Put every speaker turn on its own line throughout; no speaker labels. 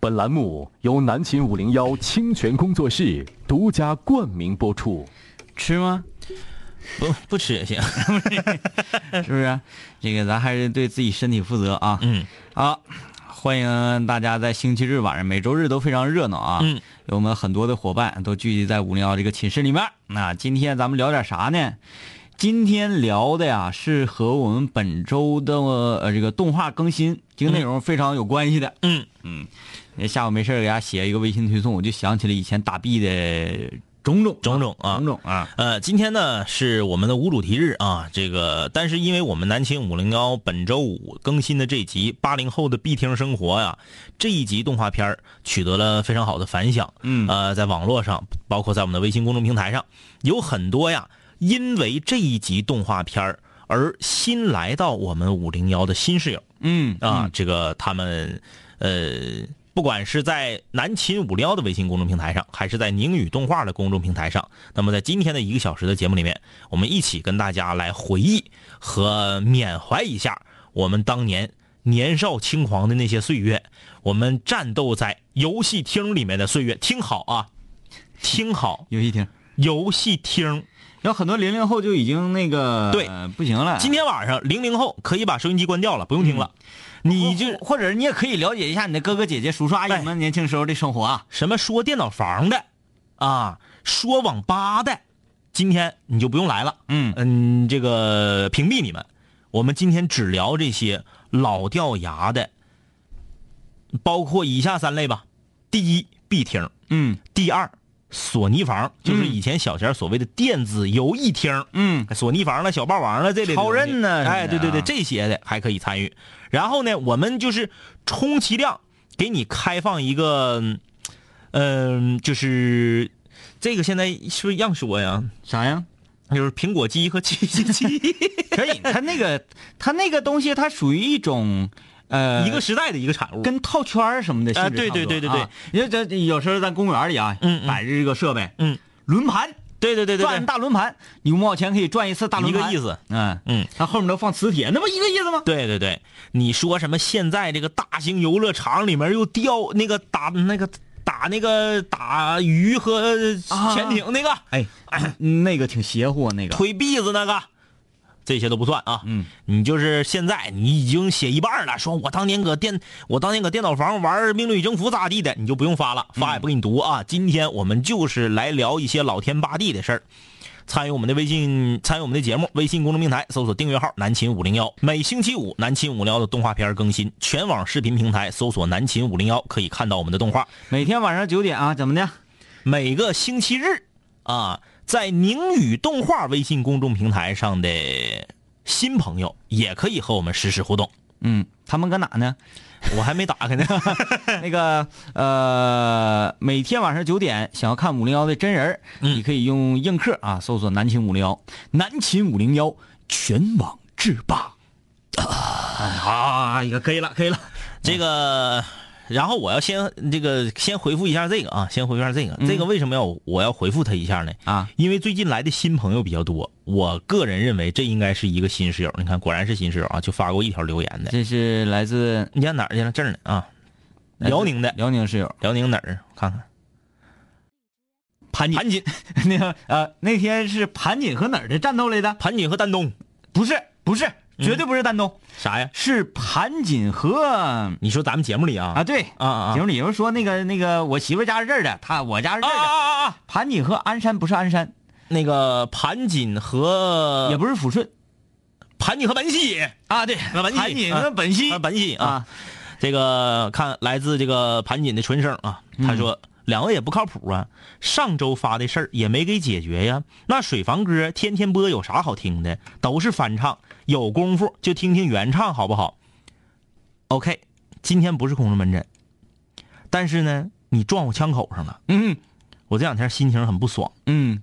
本栏目由南秦五零幺清泉工作室独家冠名播出。
吃 吗？
不不吃也行。
是不是？这个咱还是对自己身体负责啊。
嗯，
好，欢迎大家在星期日晚上，每周日都非常热闹啊。
嗯，
有我们很多的伙伴都聚集在五零幺这个寝室里面。那今天咱们聊点啥呢？今天聊的呀是和我们本周的呃这个动画更新这个内容非常有关系的。
嗯
嗯，下午没事儿给大家写一个微信推送，我就想起了以前打 B 的种种
种种啊
种种啊。
呃，今天呢是我们的无主题日啊，这个但是因为我们南青五零幺本周五更新的这集《八零后的必听生活》呀，这一集动画片儿取得了非常好的反响，
嗯
呃，在网络上，包括在我们的微信公众平台上，有很多呀，因为这一集动画片儿而新来到我们五零幺的新室友。
嗯
啊，这个他们呃，不管是在南秦五撩的微信公众平台上，还是在宁宇动画的公众平台上，那么在今天的一个小时的节目里面，我们一起跟大家来回忆和缅怀一下我们当年年少轻狂的那些岁月，我们战斗在游戏厅里面的岁月。听好啊，听好，
游戏厅。
游戏厅。
有很多零零后就已经那个
对
呃不行了。
今天晚上零零后可以把收音机关掉了，不用听了。你就
或或者你也可以了解一下你的哥哥姐姐、叔叔阿姨们年轻时候的生活啊。
什么说电脑房的，啊，说网吧的，今天你就不用来了。
嗯
嗯，这个屏蔽你们。我们今天只聊这些老掉牙的，包括以下三类吧。第一，必听；
嗯
第二，索尼房，就是以前小前所谓的电子游艺厅。
嗯
索尼房了、小霸王了这类的
超
东西
任呢
哎，
什
对
么的
对对，
啊
这些的还可以参与。然后呢，我们就是充其量给你开放一个，嗯、嗯就是这个现在是不是让说呀？
啥 呀？
就是苹果机和七七七，
可以，他那个他那个东西，它属于一种呃
一个时代的一个产物。
跟套圈儿什么的性质
啊对对对对对
差不多啊因为这有时候咱公园里啊，
嗯嗯
摆着这个设备，
嗯，
轮盘
对对对对
转
对，
大轮盘，你五毛钱可以转一次大轮
一
盘，
个意。思。
嗯
嗯，
它后面都放磁铁，那不一个意思吗？
对对对，你说什么？现在这个大型游乐场里面又钓那个打那个打那个打鱼和
啊
潜艇那个，
哎，那个挺邪乎啊，那个
推篦子那个，这些都不算啊。
嗯，
你就是现在你已经写一半了，说我当年搁电我当年搁电脑房玩《命令与征服》咋地的，你就不用发了，发也不给你读啊。今天我们就是来聊一些老天八地的事儿。参与我们的微信，参与我们的节目，微信公众平台搜索订阅号“南秦五零幺”，每星期五南秦五零幺的动画片更新，全网视频平台搜索“南秦五零幺”可以看到我们的动画。
每天晚上九点啊，怎么的？
每个星期日啊，在宁宇动画微信公众平台上的新朋友也可以和我们实时互动。
嗯，他们搁哪呢？
我还没打开呢，
那个呃，每天晚上九点想要看五零幺的真人儿，
嗯
你可以用映客啊搜索南秦五零幺，南秦五零幺全网制霸。啊，也可以了，可以了。
这个。然后我要先这个先回复一下这个啊，先回复一下这个，这个为什么要我要回复他一下呢？
啊，
因为最近来的新朋友比较多，我个人认为这应该是一个新室友。你看，果然是新室友啊，就发过一条留言的。
这是来自
你看哪儿去了？这儿呢啊，
来自
辽宁的，
辽宁室友
辽宁哪儿？看看
盘锦，
盘锦，
那个呃，那天是盘锦和哪儿的战斗来的？
盘锦和丹东
不是，不是，绝对不是丹东，
啥呀？
是盘锦和啊，
你说咱们节目里啊
对，
啊啊啊
节目里有人说那个那个我媳妇儿家是这儿的，她我家是这
啊
儿的，
啊啊啊！
盘锦和鞍山不是鞍山，
那个盘锦和
也不是抚顺
盘锦和本溪
啊，对，
那本溪
盘锦
啊
和本溪
啊，本溪啊，
啊，
这个看来自这个盘锦的纯生啊，他说。两位也不靠谱啊！上周发的事儿也没给解决呀。那水房歌天天播有啥好听的？都是翻唱，有功夫就听听原唱好不好？OK，今天不是空中门诊，但是呢，你撞我枪口上了。
嗯
我这两天心情很不爽，
嗯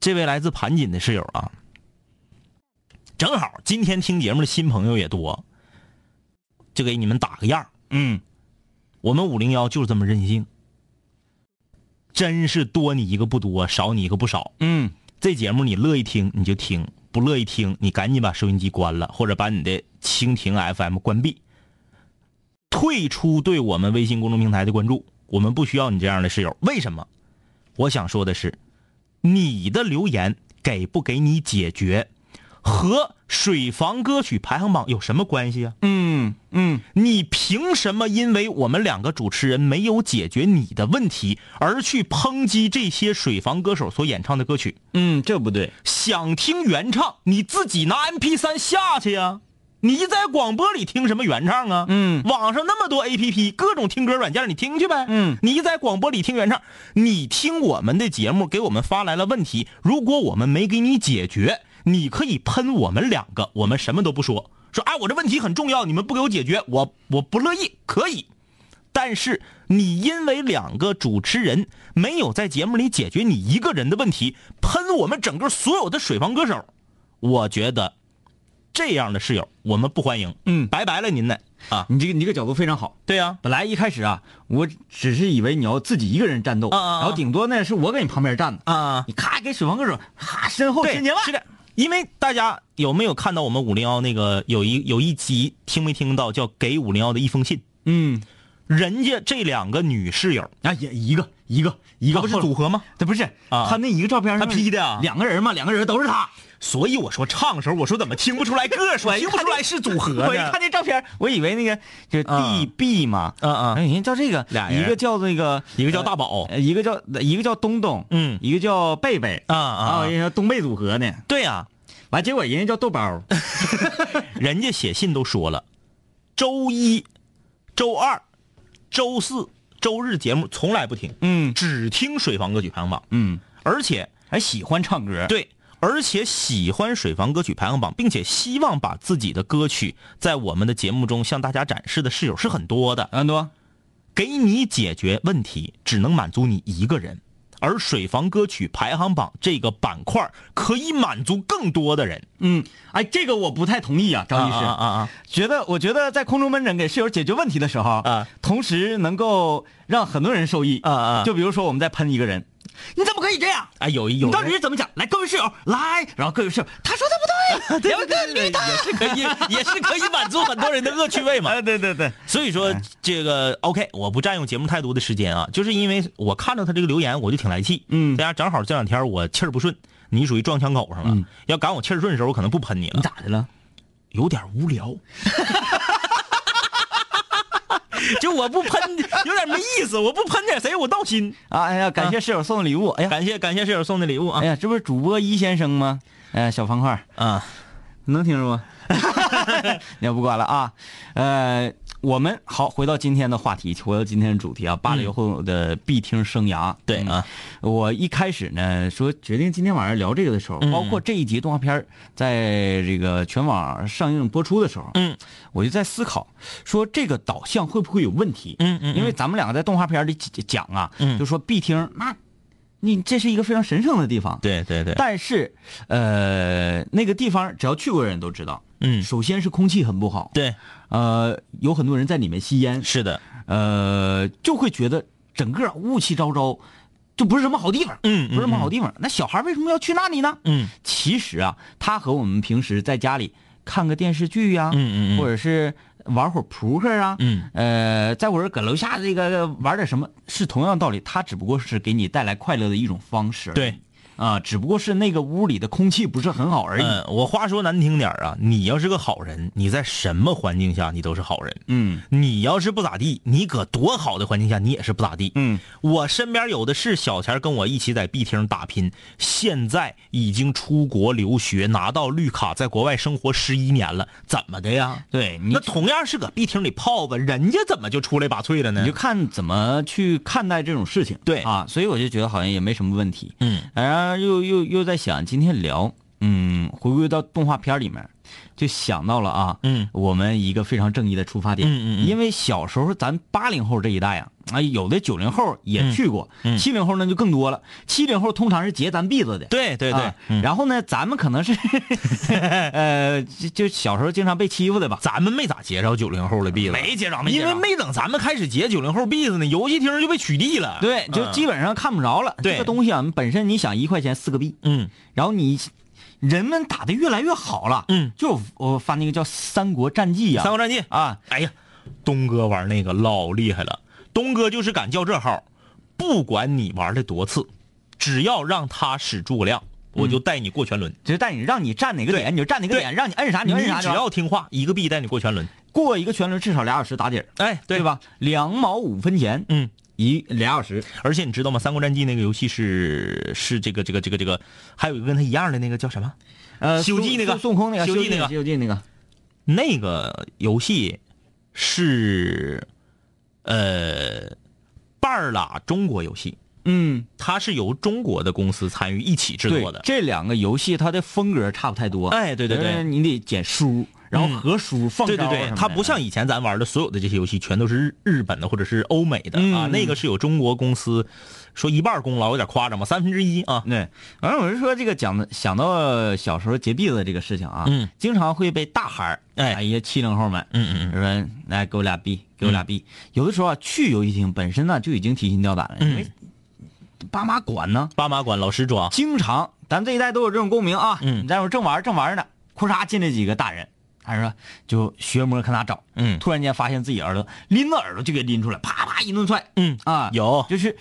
这位来自盘锦的室友啊，正好今天听节目的新朋友也多，就给你们打个样儿
嗯，
我们五零幺就是这么任性，真是多你一个不多，少你一个不少。
嗯
这节目你乐意听你就听，不乐意听你赶紧把收音机关了，或者把你的蜻蜓 FM 关闭。退出对我们微信公众平台的关注，我们不需要你这样的室友。为什么？我想说的是，你的留言给不给你解决，和水房歌曲排行榜有什么关系啊？
嗯嗯，
你凭什么因为我们两个主持人没有解决你的问题，而去抨击这些水房歌手所演唱的歌曲？
嗯，这不对。
想听原唱，你自己拿 M P 三下去呀、你在广播里听什么原唱啊？
嗯
网上那么多 A P P，各种听歌软件，你听去呗。
嗯
你在广播里听原唱，你听我们的节目，给我们发来了问题，如果我们没给你解决，你可以喷我们两个，我们什么都不说，说哎，我这问题很重要，你们不给我解决，我我不乐意，可以。但是你因为两个主持人没有在节目里解决你一个人的问题，喷我们整个所有的水房歌手，我觉得这样的室友我们不欢迎。
嗯
拜拜了您呢啊，
你这个你这个角度非常好。
对呀、
本来一开始啊，我只是以为你要自己一个人战斗，
啊啊啊
然后顶多呢是我给你旁边站的，
啊，
你咔给水房歌手哈身后
对
伸前，
是
万，
的。因为大家有没有看到我们五零幺那个有一有一集听没听到叫给五零幺的一封信？
嗯，
人家这两个女室友，
啊也一个一个一个
她不是
后
组合吗？
这不是
啊
他那一个照片上
他 P 的啊
两个人嘛，两个人都是他，
所以我说唱的时候，我说怎么听不出来个 数，听不出来是组合呢？
我一看这照片，我以为那个就是 D
啊
B 嘛，
嗯嗯
哎，人家叫这个，
俩人
一个叫那个，
一个叫大宝
呃，一个叫一个叫东东，
嗯
一个叫贝贝，
啊啊
啊，
啊
人家东贝组合呢，
对呀、
完结果人家叫豆 包，
人家写信都说了，周一、周二、周四、周日节目从来不听，
嗯
只听水房歌曲排行榜，
嗯，
而且
还喜欢唱歌，
对，而且喜欢水房歌曲排行榜，并且希望把自己的歌曲在我们的节目中向大家展示的室友是很多的。
安多，
给你解决问题，只能满足你一个人，而水房歌曲排行榜这个板块可以满足更多的人。
嗯，哎，这个我不太同意啊，张律师，
啊啊！
觉得我觉得在空中门诊给室友解决问题的时候
啊，
同时能够让很多人受益
啊啊
就比如说我们在喷一个人，你怎么可以这样？
哎，有一有
你
人
到底是怎么讲？来，各位室友，来，然后各位室友，他说的不 对，有个女的，
也是可以，也是可以满足很多人的恶趣味嘛。
哎，对对对，
所以说这个 OK，我不占用节目太多的时间啊，就是因为我看到他这个留言，我就挺来气。
嗯
再加上正好这两天我气儿不顺，你属于撞枪口上了。
嗯
要赶我气儿顺的时候，我可能不喷你
你
了，
咋的了？
有点无聊。就我不喷， 有点没意思。我不喷点谁，我闹心。
啊，哎呀，感谢室友送的礼物，哎呀，
感谢感谢室友送的礼物啊
哎呀，这不是主播一先生吗？哎，小方块，
啊！
能听 着吗？那不管了啊，呃，我们好，回到今天的话题，回到今天的主题啊，八零后的必听生涯。
嗯对啊
嗯，我一开始呢说决定今天晚上聊这个的时候，
嗯
包括这一集动画片儿在这个全网上映播出的时候，
嗯，
我就在思考说这个导向会不会有问题？
嗯嗯嗯
因为咱们两个在动画片里讲啊，
嗯
就说必听，那你这是一个非常神圣的地方，
对对对，
但是，呃，那个地方只要去过的人都知道，
嗯
首先是空气很不好，，
对，
呃，有很多人在里面吸烟，
是的，
呃，就会觉得整个雾气昭昭，就不是什么好地方，
嗯嗯
不是什么好地方。那小孩为什么要去那里呢？
嗯
其实啊，他和我们平时在家里看个电视剧呀、
嗯嗯嗯
或者是玩会儿扑克啊，
嗯，
呃，再或者搁楼下这个玩点什么，是同样道理。他只不过是给你带来快乐的一种方式，
对，
啊、只不过是那个屋里的空气不是很好而已。
嗯，我话说难听点儿啊，你要是个好人，你在什么环境下你都是好人。
嗯
你要是不咋地，你搁多好的环境下你也是不咋地。
嗯，
我身边有的是小钱儿跟我一起在 B 厅打拼，现在已经出国留学，拿到绿卡，在国外生活十一年了，怎么的呀？
对你
那同样是搁 B 厅里泡吧，人家怎么就出类拔萃了呢？
你就看怎么去看待这种事情。
对
啊，所以我就觉得好像也没什么问题。
嗯
然后又又又在想今天聊，嗯，回归到动画片里面，就想到了啊，
嗯
我们一个非常正义的出发点，
嗯嗯嗯
因为小时候咱八零后这一代啊，啊，有的九零后也
嗯
去过，
嗯
七零后那就更多了，七零后通常是截咱鼻子的，
对对对，
啊
嗯
然后呢，咱们可能 是，呃，就就小时候经常被欺负的吧，
咱们没咋接着九零后的币子，
没接着没接
因
着
为没等咱们开始截九零后币子呢，游戏厅就被取缔了。
对，就
嗯
基本上看不着了。
对
这个东西啊，本身你想一块钱四个币，
嗯
然后你人们打的越来越好了，
嗯，
就我发那个叫《三国战记》啊，
三国战记
啊，
哎呀，东哥玩那个老厉害了，东哥就是敢叫这号，不管你玩的多次，只要让他使诸葛亮，我
嗯
就带你过全轮。
就是带你让你站哪个点你就站哪个
对
点，让你摁啥你
你
就摁啥
只
就完。
要听话，一个币带你过全轮。
过一个全轮至少俩小时打底儿，
哎，
对？吧？两毛五分钱
嗯，
一俩小时，
而且你知道吗？《三国战记》那个游戏是是这个这个这个这个，还有一个跟他一样的那个叫什么？
呃，
西游记
孙
那个
孙悟空那个，
西游记那个
西游记那个，
那个游戏是呃半儿拉中国游戏，
嗯，
它是由中国的公司参与一起制
对
作的，。
这两个游戏它的风格差不太多。
哎对对对
呃你得捡书，然后
嗯
合书放
对对
招
对
什，么
它
的
不像以前咱玩的所有的这些游戏，全都是日日本的或者是欧美的啊，
嗯
那个是有中国公司，说一半功劳有点夸张吧，三分之一啊。
对，反正我是说这个讲的，想到小时候结篦子这个事情啊，
嗯，
经常会被大孩儿，
哎
一些七零后们，
嗯嗯嗯。
说来给我俩币，给我俩币。有的时候啊，去游戏厅本身呢就已经提心吊胆
嗯
了，因为爸妈管呢，
爸妈管，老师装。
经常咱这一代都有这种共鸣啊。
嗯
你在那正玩儿正玩儿呢，库嚓进来几个大人，还说就学摸看他找，
嗯
突然间发现自己儿子拎着耳朵就给拎出来，啪啪一顿踹，
嗯
啊，
有
就是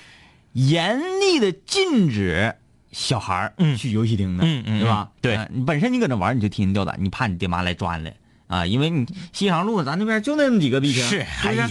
严厉的禁止小孩儿
嗯
去游戏厅的，
嗯嗯
对吧
嗯？对
呃你本身你搁那玩儿你就提心吊胆，你怕你爹妈来抓你来啊，因为你西长路咱那边就那么几个币厅，
是，
不
哎呀，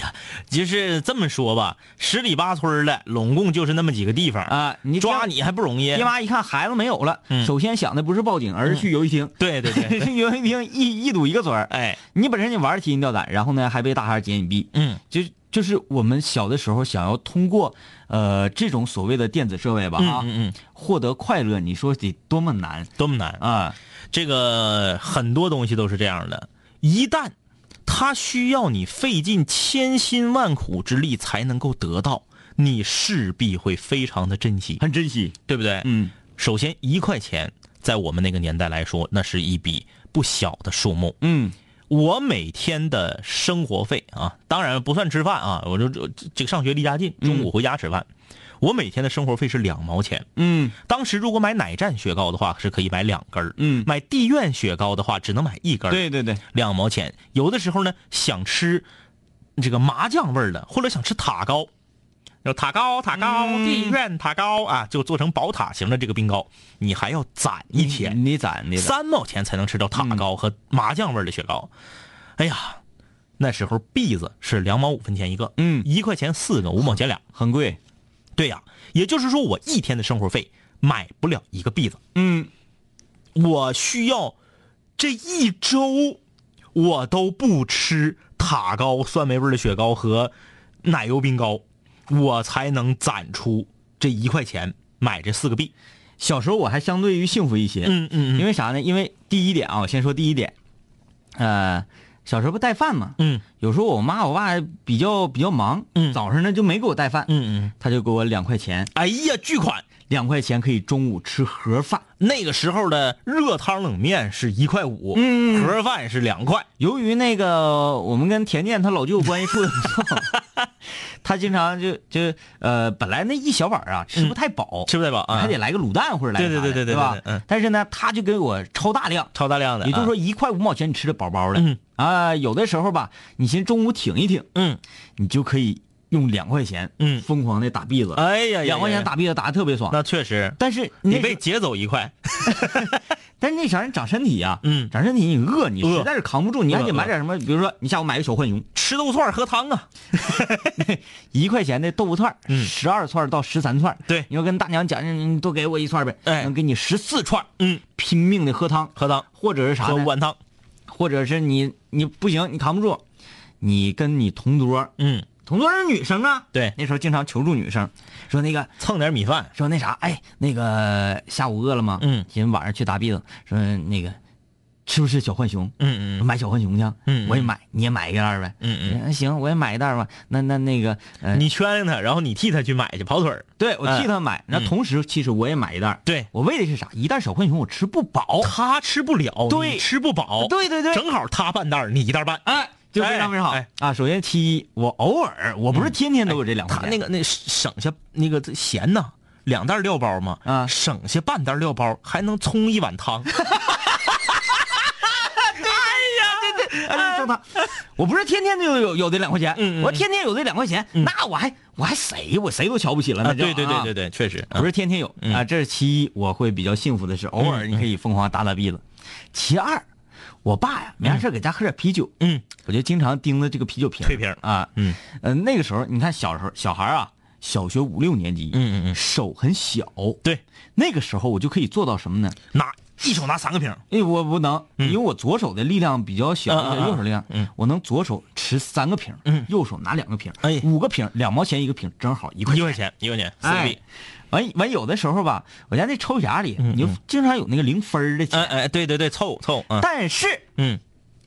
就是这么说吧，十里八村儿的，拢共就是那么几个地方，
啊，你
抓
爹
你还不容易。
爹妈一看孩子没有了，
嗯
首先想的不是报警，而是去游戏厅。
对 对对，
去游戏厅一一堵一个嘴儿，
哎，
你本身你玩儿提心吊胆，然后呢还被大孩儿捡你币，
嗯
就就是我们小的时候想要通过呃这种所谓的电子设备吧啊，
嗯嗯嗯，
获得快乐，你说得多么难
多么难啊！
啊！
这个很多东西都是这样的，一旦它需要你费尽千辛万苦之力才能够得到，你势必会非常的珍惜，
很珍惜。
对不对？
嗯，
首先一块钱，在我们那个年代来说，那是一笔不小的数目。
嗯，
我每天的生活费啊，当然不算吃饭啊，我就这这个上学离家近，中午回家吃饭。我每天的生活费是两毛钱。
嗯，
当时如果买奶站雪糕的话，是可以买两根儿
嗯
买地院雪糕的话，只能买一根儿
对对对，
两毛钱。有的时候呢，想吃这个麻酱味儿的，或者想吃塔糕，然后塔糕、塔糕、
嗯
地院塔糕啊，就做成宝塔型的这个冰糕，你还要攒一天。
你攒嗯的嗯
三毛钱才能吃到塔糕和麻酱味儿的雪糕。哎呀，那时候币子是两毛五分钱一个，
嗯
一块钱四个，五毛钱俩。
很贵。
对呀、也就是说我一天的生活费买不了一个币子，
嗯，
我需要这一周我都不吃塔糕、酸梅味儿的雪糕和奶油冰糕，我才能攒出这一块钱买这四个币。
小时候我还相对于幸福一些，
嗯嗯
因为啥呢？因为第一点啊，我先说第一点，呃，小时候不带饭嘛，
嗯
有时候我妈我爸比较比较忙，
嗯
早上呢就没给我带饭，
嗯嗯，
他就给我两块钱，
哎呀，巨款！
两块钱可以中午吃盒饭。
那个时候的热汤冷面是一块五，
嗯
盒饭是两块。
由于那个我们跟田健他老舅关系处的不 错，他经常就就呃，本来那一小碗啊吃不太饱，
吃不太饱啊，
还得来个卤蛋或者来个
对
啥的
对对对对
吧
对？嗯
但是呢，他就给我超大量，
超大量的，
也就是说
啊，
一块五毛钱你吃的饱饱的
嗯
啊。有的时候吧，你先中午挺一挺，
嗯，
你就可以用两块钱，
嗯
疯狂的打币子，
哎呀，
两块钱
打，
打币子打的特别爽。
那确实，
但是
你
那
被
时
劫走一块，
但是那啥人长身体呀，
嗯
长身体你饿你
饿
实在是扛不住，你还得
饿
买点什么，比如说你下午买个小浣熊。
吃豆串儿喝汤啊，
一块钱的豆腐串，
嗯
十二串到十三串，
对
你要跟大娘讲，你多给我一串呗，
哎
能给你十四串，
嗯，
拼命的喝汤，
喝汤，
或者是啥
喝
呢
五？碗汤，
或者是你你不行，你扛不住，你跟你同桌，
嗯，
同桌是女生啊，
对
那时候经常求助女生，说那个
蹭点米饭，
说那啥，哎，那个下午饿了吗？
嗯
寻思晚上去打篦子，说那个吃不吃小浣熊？
嗯嗯
买小浣熊去，啊
嗯嗯
我也买，你也买一袋儿呗。
嗯
嗯，行，我也买一袋儿吧。那那那个，呃
嗯，，你圈上他，然后你替他去买去跑腿儿，
对，我替他买，然后
嗯
同时其实我也买一袋儿。
对
我为的是啥？一袋小浣熊我吃不饱。
哦他吃不了，
对
你吃不饱，
对对对，
正好他半袋儿，你一袋半，
哎，就非常非常好
哎
啊。首先，其一，我偶尔我不是天天都有这两块
他
钱，
那个那省下那个咸呐，两袋料包嘛，
啊
省下半袋料包还能冲一碗汤，
哎，这正常。我不是天天就有有这两块钱，
嗯嗯嗯嗯
我天天有这两块钱，那我还我还谁我谁都瞧不起了，那
啊，
就
对对
啊
对对对，确实，
不是天天有
嗯
啊，这是其一，我会比较幸福的是，偶尔你可以疯狂打打币了。其二，我爸呀没啥事儿搁家喝点啤酒，
嗯，
我就经常盯着这个啤酒瓶儿，
退瓶儿
啊，
嗯，
呃，那个时候你看小时候小孩儿啊，小学五六年级，
嗯嗯嗯
手很小，
对，
那个时候我就可以做到什么呢？
拿一手拿三个瓶儿，
哎，我不能，因为我左手的力量比较小，
嗯嗯嗯嗯
右手力量，
嗯
我能左手持三个瓶，
嗯
右手拿两个瓶，
哎
五个瓶，两毛钱一个瓶，正好一块
一块钱一块钱，四个
哎
币，，
完完有的时候吧，我家那抽匣里，
嗯
你就经常有那个零分儿的
哎
钱，
哎，对对对，凑凑，嗯
但是
嗯，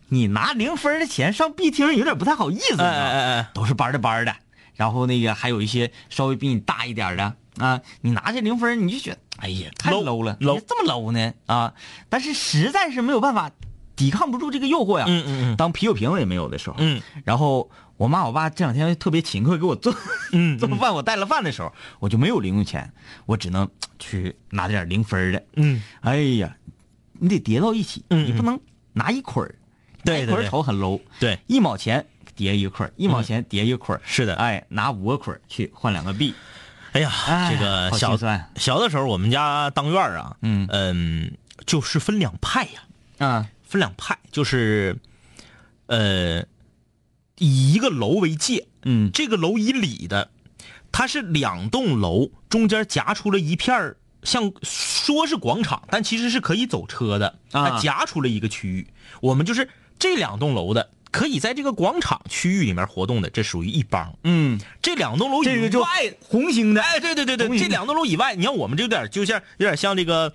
你拿零分儿的钱上 B 厅有点不太好意思，你知道
哎
吗
哎哎哎，
都是班儿的班儿的，然后那个还有一些稍微比你大一点儿的啊，你拿这零分儿你就觉得哎呀太
low，
low 了
low
你这么 low 呢啊，但是实在是没有办法抵抗不住这个诱惑呀，
嗯嗯
当啤酒瓶子也没有的时候，
嗯
然后我妈我爸这两天特别勤快给我做，
嗯
做饭，我带了饭的时候，我就没有零用钱，我只能去拿点零分儿的。
嗯
哎呀，你得叠到一起，
嗯嗯
你不能拿一捆儿，
对
拿一
对
捆
对
儿瞅很 low。
对，
一毛钱叠一捆儿，一毛钱叠一捆儿。
是的
哎，拿五个捆儿去换两个币。
哎呀，
哎
这个
好
小
心酸
小的时候，我们家当院儿啊，
嗯
嗯，就是分两派呀，
啊
分两派，就是，呃，以一个楼为界，
嗯
这个楼以里的，它是两栋楼中间夹出了一片儿，像说是广场，但其实是可以走车的，
啊
它夹出了一个区域。我们就是这两栋楼的，可以在这个广场区域里面活动的，这属于一帮。
嗯，
这两栋楼以外，
这个就红星的。
哎，对对对
同
对，
意
这两栋楼以外，你看我们这有点就像有点像这个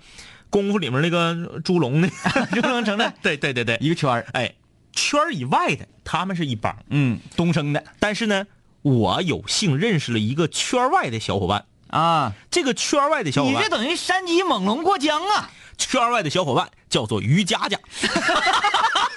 功夫里面那个 猪笼那个猪笼城的，对对对对，
一个圈儿，
哎，圈儿以外的他们是一帮，
嗯，东升的
但是呢，我有幸认识了一个圈儿外的小伙伴。
啊，
这个圈儿外的小伙
你
伴
这，等于山鸡猛龙过江啊！
圈儿外的小伙伴叫做于佳佳，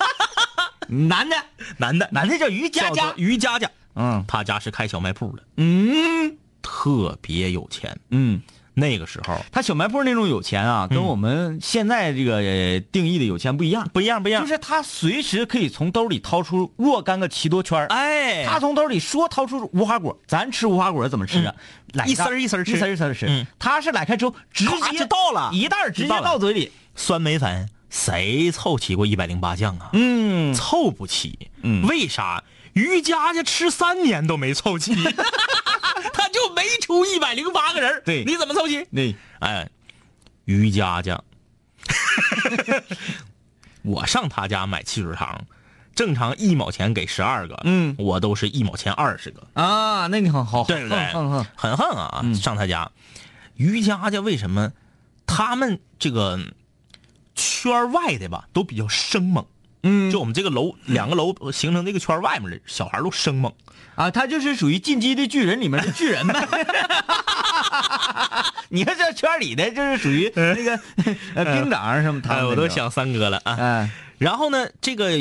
男的，
男的，
男的叫于佳
叫
佳
做。于佳佳，
嗯
他家是开小卖铺的，
嗯
特别有钱。
嗯，
那个时候
他小卖部那种有钱啊，跟我们现在这个呃定义的有钱不一样，
嗯不一样，不一
就
样，
是他随时可以从兜里掏出若干个奇多圈儿
哎，
他从兜里说掏出无花果，咱吃无花果怎么吃啊？来
嗯一丝儿一丝儿吃
一丝儿一丝儿吃
嗯。
他是来开之后直
咔
接
就到了
一袋儿直接
就到了
到嘴里。
酸梅粉谁凑齐过一百零八将啊？
嗯，
凑不齐。
嗯
为啥？于佳佳吃三年都没凑 齐，他就没出一百零八个人儿
对
你怎么凑齐？
那
哎，于佳佳， 我上他家买汽水糖，正常一毛钱给十二个，
嗯
我都是一毛钱二十个，
啊，那你很好，
对不对？
哼哼哼
很横啊！
嗯
上他家，于佳佳为什么他们这个圈儿外的吧都比较生猛？
嗯，
就我们这个楼两个楼形成这个圈儿外面的小孩儿都生猛，
啊，他就是属于进击的巨人里面的巨 人呗。你看这圈里的，就是属于那 个呃兵长什么他
哎，
们那种，
我都想三哥了啊。
哎，
然后呢，这个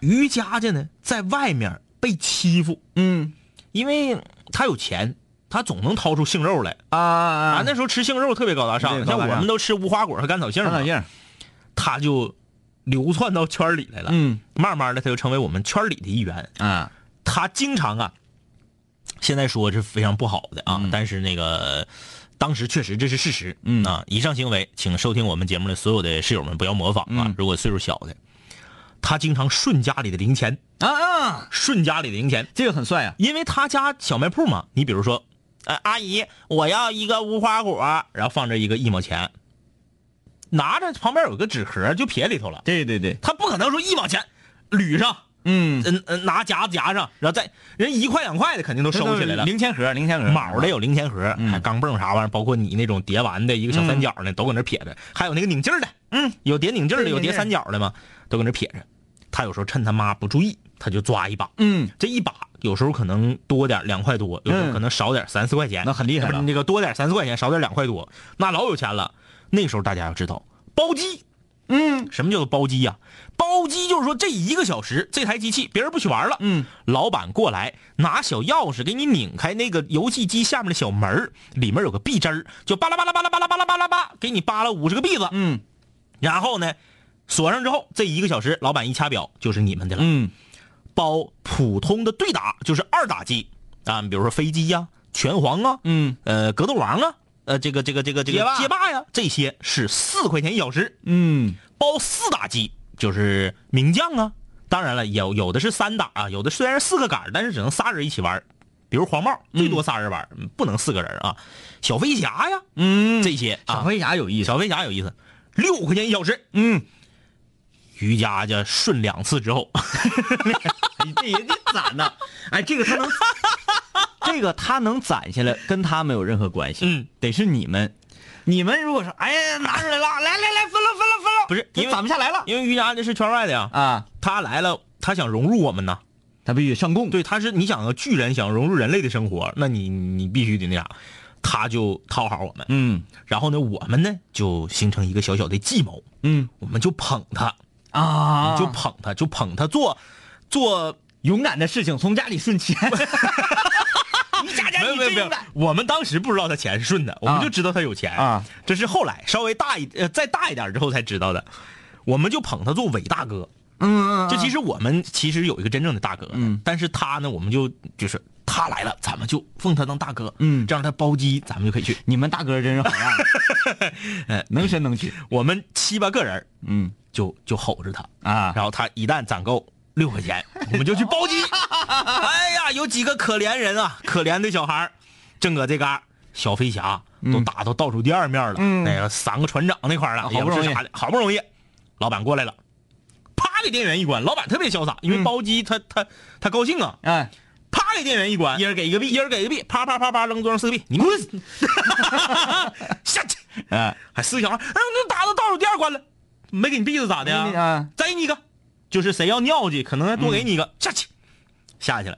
于佳佳呢，在外面被欺负，
嗯
因为他有钱，他总能掏出杏肉来
啊
啊
啊。
那时候吃杏肉特别高大
对
上，
高
像
大
我
上
们都吃无花果和甘草杏
张
嘛
老，印，
他就流窜到圈儿里来了。
嗯
慢慢的，他就成为我们圈儿里的一员。
啊，
他经常啊，现在说是非常不好的啊，但是那个当时确实这是事实。
嗯
啊，以上行为，请收听我们节目的所有的室友们不要模仿啊。
嗯
如果岁数小的，他经常顺家里的零钱，
啊啊，
顺家里的零钱，
这个很帅啊，
因为他家小卖铺嘛。你比如说，呃，阿姨，我要一个无花果，然后放这一个一毛钱，拿着旁边有个纸壳就撇里头了。
对对对，
他不可能说一毛钱捋上。
嗯，
嗯嗯，拿夹夹上，然后再人一块两块的肯定都收起来了。
零钱盒，零钱盒，
卯的有零钱盒，
嗯
还钢镚啥玩意儿，包括你那种叠完的一个小三角呢，都搁那撇着。还有那个拧劲儿的，嗯，有叠拧劲儿的，
对
有叠
拧劲儿
三角的嘛，都搁那撇着。他有时候趁他妈不注意，他就抓一把，
嗯，
这一把有时候可能多点儿两块多，有时候可能少点儿三四块钱，
那很厉害了
不是那个多点儿三四块钱，少点儿两块多，那老有钱了。那时候大家要知道，包机，
嗯，
什么叫做包机呀、包机就是说这一个小时这台机器别人不许玩了，
嗯，
老板过来拿小钥匙给你拧开那个游戏机下面的小门儿里面有个币汁儿，就巴拉巴拉巴拉巴拉巴拉巴拉巴，给你扒拉五十个币子，
嗯
然后呢，锁上之后这一个小时，老板一掐表就是你们的了。
嗯
包普通的对打，就是二打技啊，比如说飞机呀、拳皇啊，
嗯
呃，格斗王啊，呃，这个这个这个这个
街霸
街霸呀，这些是四块钱一小时，
嗯
包四打机，就是名将啊。当然了，有有的是三打啊，有的虽然是四个杆儿，但是只能仨人一起玩儿。比如黄帽，
嗯
最多仨人玩儿，不能四个人啊。小飞侠呀，
嗯，
这些啊，
小飞侠有意思，
小飞侠有意思，六块钱一小时。
嗯，
瑜伽家顺两次之后，
你这也得攒呐，哎，这个他能，这个他能攒下来，跟他没有任何关系，
嗯，
得是你们，你们如果说，哎呀，拿出来了，来来来，分了分了分了，
不是
这
因为
攒不下来了
因为瑜伽这是圈外的呀，
啊，
他来了，他想融入我们呐。
他必须上供，
对，他是你想要巨人想融入人类的生活，那你你必须得那啥，他就讨好我们。
嗯
然后呢，我们呢就形成一个小小的计谋，
嗯
我们就捧他，
啊，
就捧他，就捧他做做。
勇敢的事情从家里顺钱， 你家家
没有
你
没有
真
没有
勇敢，，
我们当时不知道他钱是顺的，我们
啊
就知道他有钱
啊。
这是后来稍微大一呃再大一点之后才知道的，我们就捧他做伟大哥。
嗯，
就其实我们其实有一个真正的大哥，
嗯，
但是他呢，我们就就是他来了，咱们就奉他当大哥，
嗯
这样他包机咱们就可以去。
你们大哥真是好样的，能伸能屈，
我们七八个人儿
嗯
就就吼着他，
啊，
然后他一旦攒够六块 钱，我们就去包机。
哦
哎呀，有几个可怜 人啊，可怜的小孩儿，正搁这嘎、小飞侠都打到倒数第二面了，
嗯啊
那个三个船长那块儿了，
好
也
不容易
是啥的，好不容易，老板过来了，啪给店员一关，老板特别
嗯
潇洒，因为包机他、他他高兴啊，
哎，
啪给店员一关，一人给一个币，一人给一个币，啪啪啪啪扔桌上四个币， 你滚， 下去，
哎，
还四个小孩，哎，我打到倒数第二关了，没给你币子咋的呀？
啊，
再给你一个，就是谁要尿去，可能还多给你一个，下去，下去了，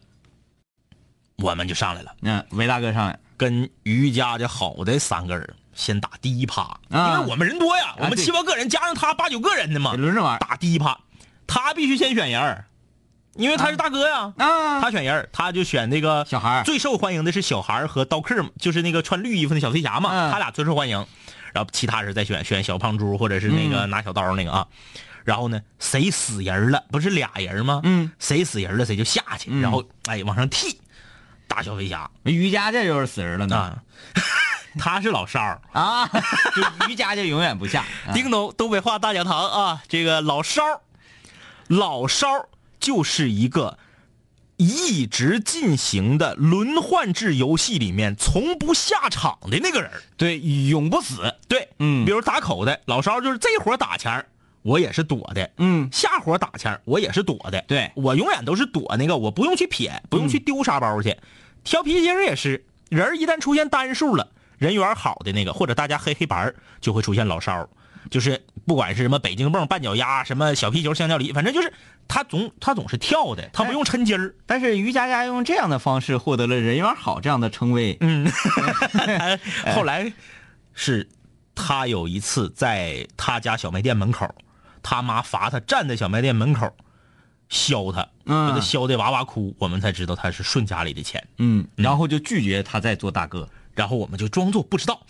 我们就上来了，
嗯，韦大哥上来，
跟于家这好的三个人先打第一趴，
啊
因为我们人多呀，我们
对
七八个人加上他八九个人的嘛
得，轮着玩
打第一趴，他必须先选人儿，因为他是大哥呀，
啊
他选人儿，他就选那个
小孩儿
最受欢迎的是小孩儿和刀客嘛，就是那个穿绿衣服的小飞侠嘛，
嗯
他俩最受欢迎。然后其他人再选选小胖猪或者是那
嗯
个拿小刀那个啊。然后呢，谁死人了，不是俩人吗？
嗯，
谁死人了谁就下去，然后哎往上踢，打小飞侠
瑜伽这就是死人了呢
啊。 他是老少儿，
啊，就瑜伽就永远不下，啊
叮咚，东北话大讲堂啊，这个老烧儿，老烧儿就是一个一直进行的轮换制游戏里面从不下场的那个人儿。
对，永不死，
对，
嗯
比如打口袋，老烧儿就是这活儿打钱儿我也是躲的，
嗯
下活儿打钱儿我也是躲的，
对
我永远都是躲那个，我不用去撇，
嗯
不用去丢沙包去。挑皮筋儿也是，人儿一旦出现单数了，人缘好的那个，或者大家黑黑白儿，就会出现老烧儿，就是不管是什么北京蹦、绊脚丫、什么小皮球、香蕉梨，反正就是他总他总是跳的，
哎
他不用抻筋儿。
但是瑜伽家用这样的方式获得了人缘好这样的称谓，
嗯，后来是他有一次在他家小卖店门口，他妈罚他站在小卖店门口削他，
嗯
把他削的哇哇哭，我们才知道他是顺家里的钱，
嗯，然后就拒绝他再做大哥，
然后我们就装作不知道。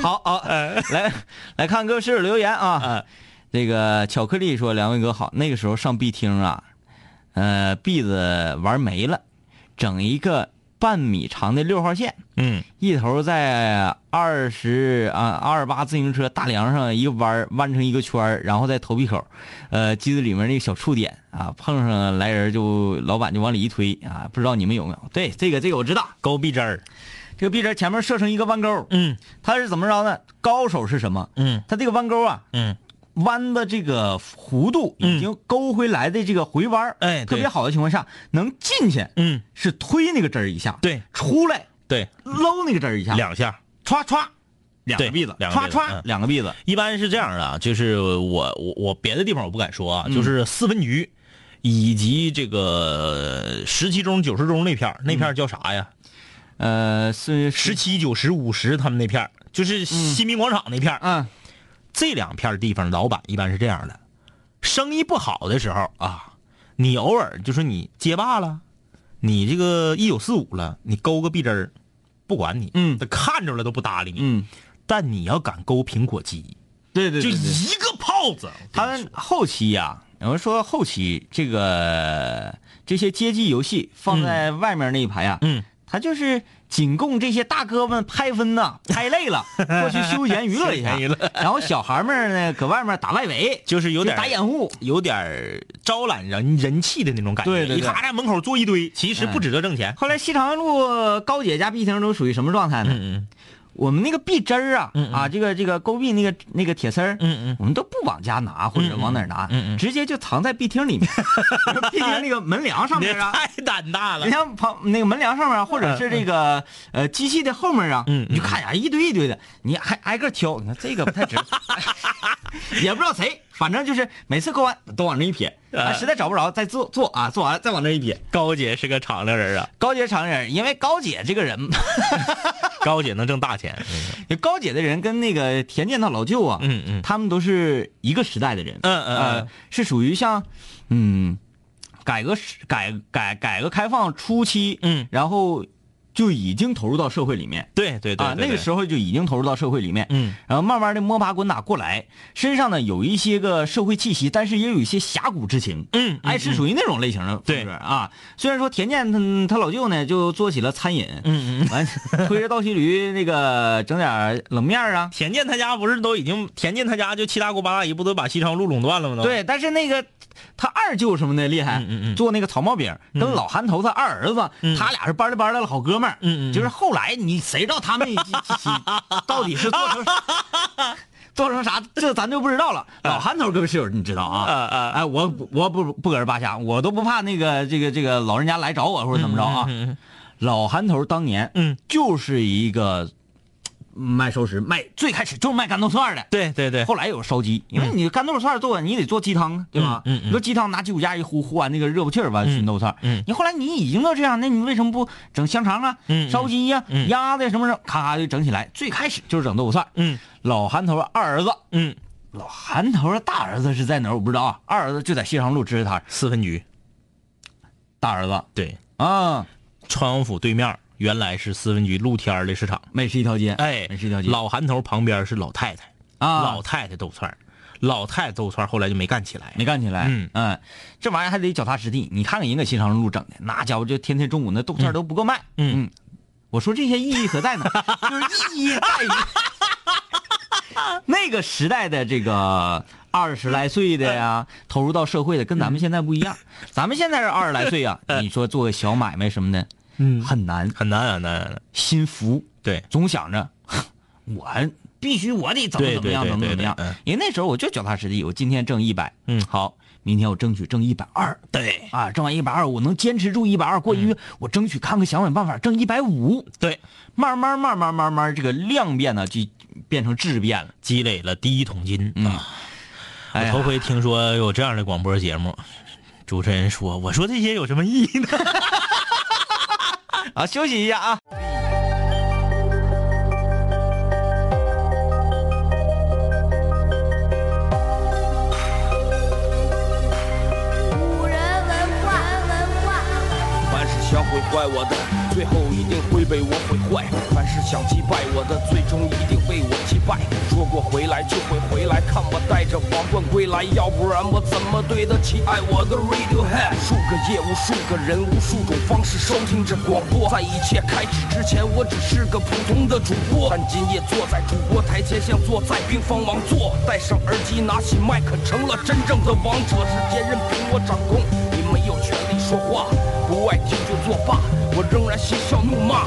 好啊， 来来看各位室友留言啊
嗯。
这个巧克力说：“两位哥好，那个时候上 B 厅啊，呃，篦子玩没了，整一个半米长的六号线，
嗯
一头在二十啊二十八自行车大梁上一个弯儿弯成一个圈儿然后在投币口，呃，机子里面那个小触点啊，碰上来人就老板就往里一推啊，不知道你们有没有？对，这个这个我知道，
勾臂针儿，
这个壁针前面射成一个弯钩，
嗯
它是怎么着呢？高手是什么？
嗯
它这个弯钩啊，
嗯，
弯的这个弧度已经勾回来的这个回弯儿
哎对
特别好的情况下能进去，
嗯，
是推那个针儿一下，
对
出来
对，
搂那个针儿一下，
两下。
歘歘，两个篦
对
子，
两个篦
歘
子
歘
嗯，
两个篦子，
一般是这样的啊，就是我我我别的地方我不敢说啊，
嗯
就是四分局，以及这个十七中、九十中那片儿，那片儿叫啥呀？
呃，嗯是
十，七、九十、五十，他们那片儿就是新民广场那片儿，
嗯
这两片儿地方老板一般是这样的：生意不好的时候啊，你偶尔就说你街霸了，你这个一九四五了，你勾个壁针儿，不管你，
嗯
他看着了都不搭理你。
嗯，
但你要敢勾苹果肌，
对对
就
对对，
一个炮耗子，
他
我跟你
们
说
后期呀、有人说后期这个这些街机游戏放在外面那一排啊呀、
嗯，
它就是仅供这些大哥们拍分 呐、拍累了过去休闲娱乐一下
休闲娱乐，
然后小孩们呢搁外面打外围，
就是有点
打掩护。
有点儿招揽人人气的那种感觉。
对对对
一看在门口坐一堆，其实不指着挣钱。
后来西长安路高姐家壁厅都属于什么状态呢？
嗯
我们那个壁针儿啊，啊，这个这个勾壁那个那个铁丝儿，
嗯嗯
我们都不往家拿或者往哪儿拿，
嗯嗯嗯
直接就藏在壁厅里面， 壁厅那个门梁上
你
面啊，
太胆大了嗯
你。像旁那个门梁上面啊，或者是这个呃机器的后面啊，
嗯嗯
你就看呀，一堆一堆的，你还挨个挑，你看这个不 太值，也不知道谁，反正就是每次勾完都往那一撇，
嗯
啊，实在找不着再做做啊，做完了再往那一撇。
高姐是个敞亮人啊，
高姐常人，因为高姐这个人，
高姐能挣大钱。
高姐的人跟那个田健他老舅啊，
嗯嗯
他们都是一个时代的人，
嗯嗯
呃
嗯，
是属于像，嗯，改革时改改改革开放初期，
嗯，
然后就已经投入到社会里面
对对对
啊，那个时
候，
候就已经投入到社会里面，
嗯，
然后慢慢的摸爬滚打过来，身上呢有一些个社会气息，但是也有一些侠骨之情，
嗯嗯嗯
哎，是属于那种类型的风
对
格啊。虽然说田健他他老舅呢就做起了餐饮，
嗯嗯。
完推着倒骑驴那个整点儿冷面儿啊，
田健他家不是都已经田健他家就七大姑八大姨不都把西昌路垄断了吗？都，
对，但是那个他二舅什么的厉害，
嗯嗯嗯嗯
做那个草帽饼，跟老韩头他二儿子，
嗯
他俩是班里班里的好哥们儿。
嗯嗯嗯
就是后来你谁知道他们一起到底是做 成做成啥，这咱就不知道了。
嗯
老韩头各位室友，你知道啊？
啊啊
哎，我不我不不搁这扒瞎，我都不怕那个这个这个老人家来找我或者怎么着啊。
嗯嗯嗯
老韩头当年
嗯
就是一个卖熟食卖，最开始就是卖干豆串的。
对对对，
后来有烧鸡，因为你干豆串做完，你得做鸡汤啊，对吧？
嗯嗯嗯嗯
你说鸡汤拿鸡骨架一呼，呼完那个热乎气儿完熏豆串儿。
嗯
你后来你已经都这样，那你为什么不整香肠啊、
嗯嗯
烧鸡呀、
嗯
鸭子呀什么什么，咔咔就整起来。最开始就是整豆腐串儿。
嗯
老韩头二儿子，
嗯，
老韩头的大儿子是在哪儿我不知道啊，二儿子就在西长路支着摊儿
四分局
大儿子
对，
啊，
川王府对面原来是四分局露天儿的市场，
美食一条街，
哎
美食一条，街
老韩头旁边是老太太，
啊
老太太豆串儿，老太太豆串儿后来就没干起来。
没干起来。
嗯
这玩意儿还得脚踏实地。你看看人搁西长路整的，那家伙就天天中午那豆片都不够卖。
嗯
我说这些意义何在 呢？就是意义在于 那个时代的这个。二十来岁的呀，
嗯
投入到社会的跟咱们现在不一样。咱们现在是二十来岁呀，你说做个小买卖什么的，
嗯
很难，
很难很难很难。
心浮。
对，
总想着 我必须我得怎么
对
怎么
对
样
对
怎么
对
怎么
对
样
嗯，
因为那时候我就脚踏实地，我今天挣一百，
嗯
好，明天我争取挣一百二，
对
啊，挣完一百二，我能坚持住一百二过一月，我争取看看想想办法挣一百五，
对，
慢慢慢慢慢慢这个量变呢就变成质变了，
积累了第一桶金
嗯
啊！
哎
我
呀
头回听说有这样的广播节目，主持人说：“我说这些有什么意义呢
啊，休息一下啊。
古人文化，文化，
凡是想毁坏我的，最后一定会被我毁坏；凡是想击败我的，最终一定被我击败。说过回来就会回来，看我带着皇冠归来，要不然我怎么对得起爱我的 Radiohead？数个夜，无数个人，无数种方式收听着广播。在一切开始之前，我只是个普通的主播，但今夜坐在主播台前，像坐在冰封王座。戴上耳机，拿起麦克，成了真正的王者，世界任凭我掌控。你没有权利说话，不爱听就作罢。我仍然嬉笑怒骂，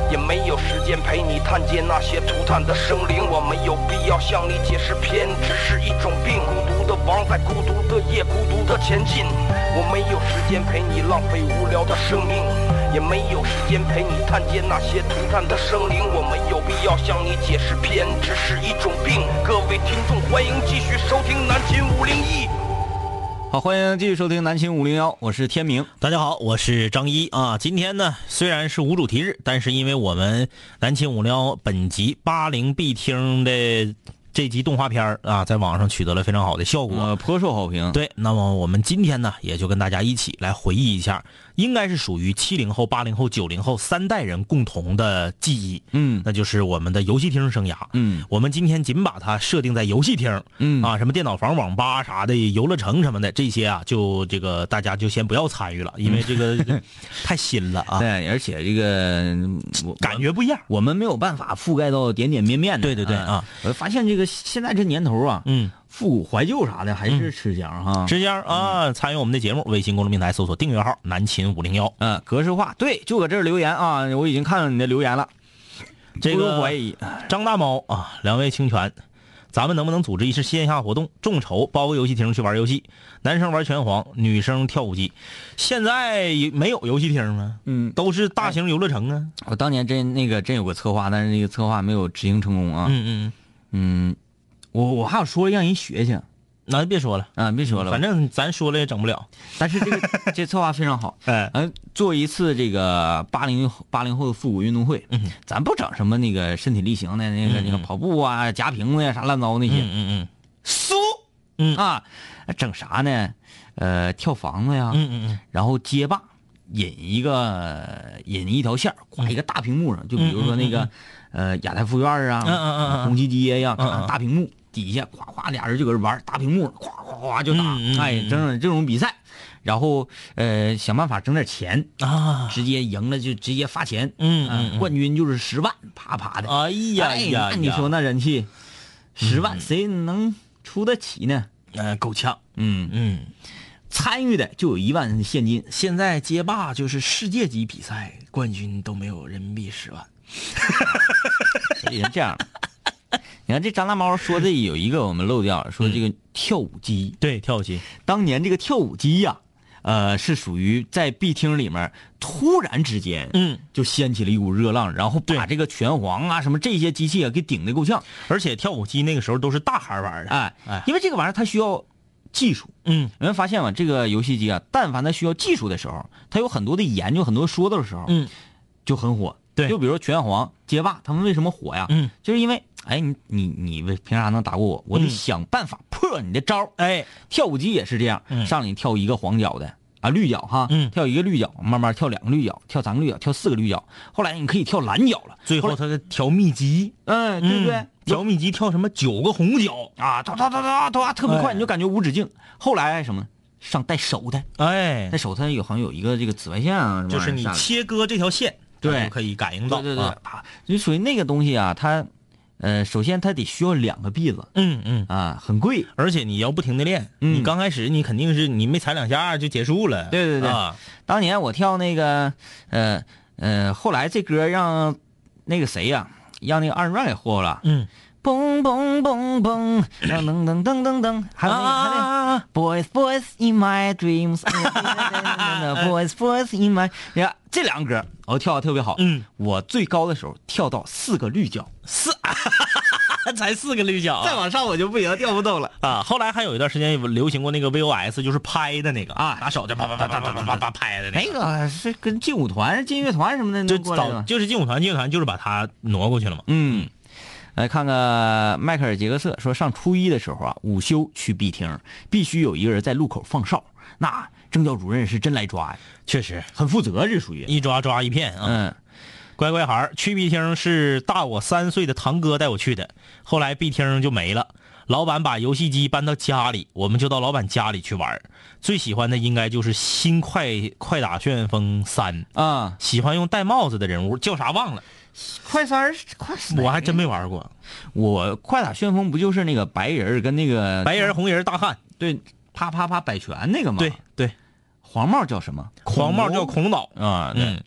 也没有时间陪你探街那些涂炭的生灵。我没有必要向你解释，偏执是一种病。孤独的王在孤独的夜，孤独的前进。我没有时间陪你浪费无聊的生命，也没有时间陪你探街那些涂炭的生灵。我没有必要向你解释，偏执是一种病。各位听众，欢迎继续收听南秦五零一。
好，欢迎继续收听南秦五零幺，我是天明。
大家好，我是张一啊。今天呢，虽然是无主题日，但是因为我们南秦五零幺本集八零必听的这集动画片儿啊，在网上取得了非常好的效果。
我颇受好评。，
对，那么我们今天呢，也就跟大家一起来回忆一下，应该是属于七零后、八零后、九零后三代人共同的记忆，
嗯
那就是我们的游戏厅生涯。
嗯
我们今天仅把它设定在游戏厅，
嗯
啊，什么电脑房、网吧啥的，游乐城什么的，这些啊，就这个大家就先不要参与了，因为这 个太新了啊，
嗯哎对，而且这个我
感觉不一样。
我们没有办法覆盖到点点面面的。
对对对
哎
啊！
我发现这个现在这年头啊，
嗯，
复古怀旧啥的还嗯是吃香哈。
直接啊，参与我们的节目，微信公众平台搜索订阅号“南秦五零幺
嗯，格式化，对，就搁这儿留言啊，我已经看到你的留言了，”。
这
不
个
容怀疑。
张大猫啊，两位清泉，咱们能不能组织一次线下活动，众筹包个游戏厅去玩游戏，男生玩拳皇，女生跳舞机。现在没有游戏厅吗？
嗯
都是大型游乐城啊。
我当年真那个真有个策划，但是那个策划没有执行成功啊。
嗯嗯，
嗯，我我还想说让人学学
那就别说了，
啊，别说了吧，
反正咱说了也整不了。
但是这 个这策划非常好，
哎
呃，做一次这个八零八零后的复古运动会，嗯，咱不整什么那个身体力行的那个那个跑步啊、夹瓶子呀、啥乱糟那些，
嗯嗯
酥，
嗯
啊，整啥呢？呃，跳房子呀，
嗯嗯嗯
然后街霸引一个引一条
嗯
线儿，挂一个大屏幕上，就比如说那个呃亚太附院啊，
嗯嗯嗯嗯
红旗街呀，
嗯嗯
大屏幕底下咵咵俩人就搁这玩儿，大屏幕咵咵咵就打
嗯嗯嗯，
哎，整整这种比赛，然后呃想办法整点钱，
嗯啊，
直接赢了就直接发钱，
嗯
啊
嗯嗯
冠军就是十万，啪啪的，
哎呀
哎
呀嗯
那你
呀
说那人气，十万谁能出得起呢？
呃，够呛。
嗯，
嗯，
参与的就有一万现金，
现在街霸就是世界级比赛冠军都没有人民币十万。
也这样。你看这张大猫说的有一个我们漏掉了，说这个跳舞机，
对，跳舞机。
当年这个跳舞机呀、呃，是属于在 B 厅里面突然之间，
嗯，
就掀起了一股热浪，然后把
对
这个拳皇啊什么这些机器啊给顶得够呛，
而且跳舞机那个时候都是大孩儿玩儿的。
哎，
哎
因为这个玩意儿它需要技术。
嗯
你们发现吗？这个游戏机啊，但凡它需要技术的时候，它有很多的研究、很多说道的时候，
嗯，
就很火。
对
就比如说拳皇、街霸，他们为什么火呀？
嗯，
就是因为，哎，你你你为凭啥能打过我？我得
嗯
想办法破你的招儿。
哎，
跳舞机也是这样，
嗯
上来你跳一个黄脚的啊，绿脚哈，
嗯
跳一个绿脚，慢慢跳两个绿脚，跳三个绿脚，跳四个绿脚，后来你可以跳蓝脚了。
最后他在调秘籍，
嗯，对不对？
嗯调秘籍跳什么九个红脚，
啊，哒哒哒哒哒，特别快，
哎
你就感觉无止境。后来什么呢？上带手的，
哎
带，手它有好像有一个这个紫外线啊，什么
就是你
玩意儿下来
切割这条线，
对
它就可以感应到，
对对对
啊，
啊，就属于那个东西啊，它，呃，首先它得需要两个币子
嗯嗯。
啊，很贵。
而且你要不停的练，
嗯
你刚开始你肯定是你没踩两下就结束了，
对对对
啊，
当年我跳那个，呃呃，后来这歌让那个谁呀、让那个二人转给霍霍了，
嗯
嘣嘣嘣嘣，噔噔噔噔噔噔，还有那个还有那个。
啊，
Boys, boys in my dreams. boys, boys in my. 你看这两个歌，我跳的特别好。
嗯，
我最高的时候跳到四个绿角，
才啊四个绿角，
再往上我就不行，跳不动了。
啊，后来还有一段时间流行过那个 VOS，就是拍的那个
啊
拿手就啪啪啪啪啪啪啪啪拍的那
那
个，
个是跟劲舞团、劲乐团什么的
就
能过来的
早
吗？
就是劲舞团，劲舞团就是把它挪过去了嘛，
嗯，来看看迈克尔·杰克瑟说，上初一的时候啊，午休去 B 厅，必须有一个人在路口放哨，那政教主任是真来抓呀，
确实
很负责，这属于。
一抓抓一片啊，
嗯，
乖乖孩儿，去 B 厅是大我三岁的堂哥带我去的，后来 B 厅就没了。老板把游戏机搬到家里，我们就到老板家里去玩儿。最喜欢的应该就是《新快快打旋风三》，
啊，
喜欢用戴帽子的人物叫啥忘了，
快三儿，快三儿
我还真没玩过。
我快打旋风不就是那个白人儿跟那个
白人、红人、大汉，
对啪啪啪摆拳那个吗？
对，对，
黄帽叫什么？
黄帽叫
恐
啊孔导。
龙啊。对，
嗯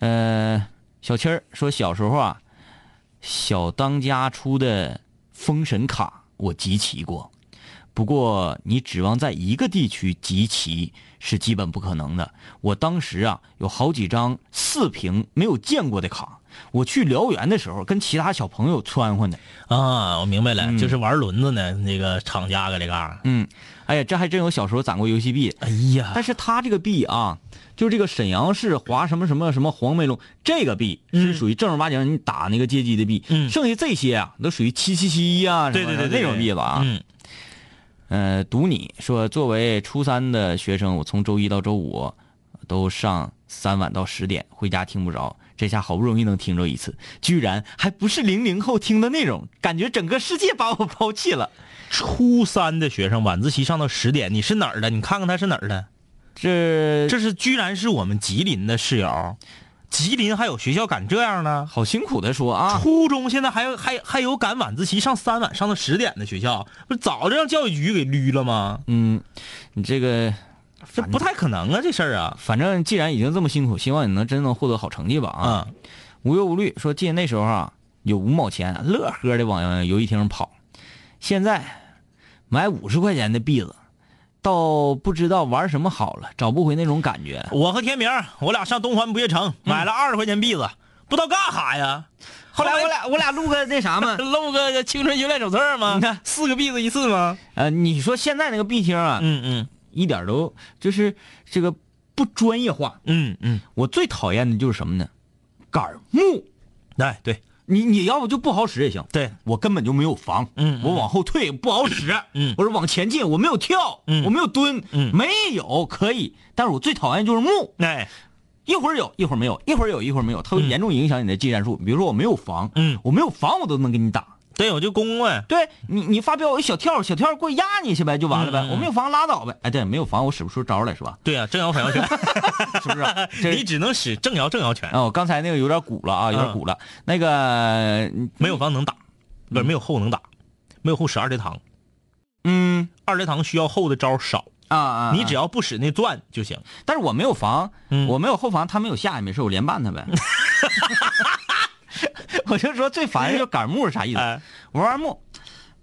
呃，小七儿说小时候啊，小当家出的封神卡我集齐过，不过你指望在一个地区集齐是基本不可能的。我当时啊有好几张四平没有见过的卡，我去辽源的时候跟其他小朋友穿换的。
啊，我明白了，就是玩轮子呢，那个厂家搁这嘎、
嗯，哎呀，这还真有小时候攒过游戏币。
哎呀，
但是他这个币啊，就这个沈阳市华什么什么什么黄梅龙这个币是属于正儿八经你打那个街机的币，
嗯
剩下这些啊都属于七七七啊呀，
对对对对
那种币了啊。
嗯
呃，赌你说，作为初三的学生，我从周一到周五都上三晚到十点，回家听不着。这下好不容易能听着一次，居然还不是零零后听的内容，感觉整个世界把我抛弃了。
初三的学生晚自习上到十点，你是哪儿的？你看看他是哪儿的？
这
这是居然是我们吉林的室友，吉林还有学校敢这样呢？
好辛苦的说啊，
初中现在还有还还有赶晚自习上三晚上到十点的学校，不是早就让教育局给捋了吗？
嗯，你这个
这不太可能啊，这事儿啊，
反正既然已经这么辛苦，希望你能真能获得好成绩吧啊！
啊、
无忧无虑说，记得那时候啊，有五毛钱，乐呵的往游戏厅跑。现在买五十块钱的币子，倒不知道玩什么好了，找不回那种感觉。
我和天明，我俩上东环不夜
嗯
城买了二十块钱币子，不知道干啥呀。后来我俩
我俩录个那啥嘛
露个青春修炼手册吗？
你看
四个币子一次吗？
呃，你说现在那个币厅啊，
嗯嗯
一点都就是这个不专业化。
嗯嗯，
我最讨厌的就是什么呢？杆木，
哎对
你你要不就不好使也行，
对，
我根本就没有防，
嗯嗯
我往后退不好使，
嗯
我是往前进，我没有跳，
嗯
我没有蹲，
嗯
没有可以，但是我最讨厌就是木，
哎
一会儿有，一会儿没有，一会儿有，一会儿没有，它会
嗯
严重影响你的技战术。比如说我没有防，
嗯
我没有防我都能给你打，
对，我就攻呗。
对你你发飙一小跳，小跳过去压你去呗，就完了呗，
嗯嗯嗯
我没有防拉倒呗，哎对，没有防我使不出招来是吧？
对啊，正摇反摇拳，
是不是？ 这
你只能使正摇正摇拳，
啊，我刚才那个有点鼓了啊，有点
嗯
鼓了。那个，
没有防能打，不是没有后能打，没有后使二阶堂，
嗯
二阶堂需要后的招少，
啊啊，
你
啊
只要不使那钻就行。
但是我没有防，
嗯
我没有后防，他没有下，也没事，我连办他 呗。 我就说最烦的就是杆木是啥意思？
哎
我玩木，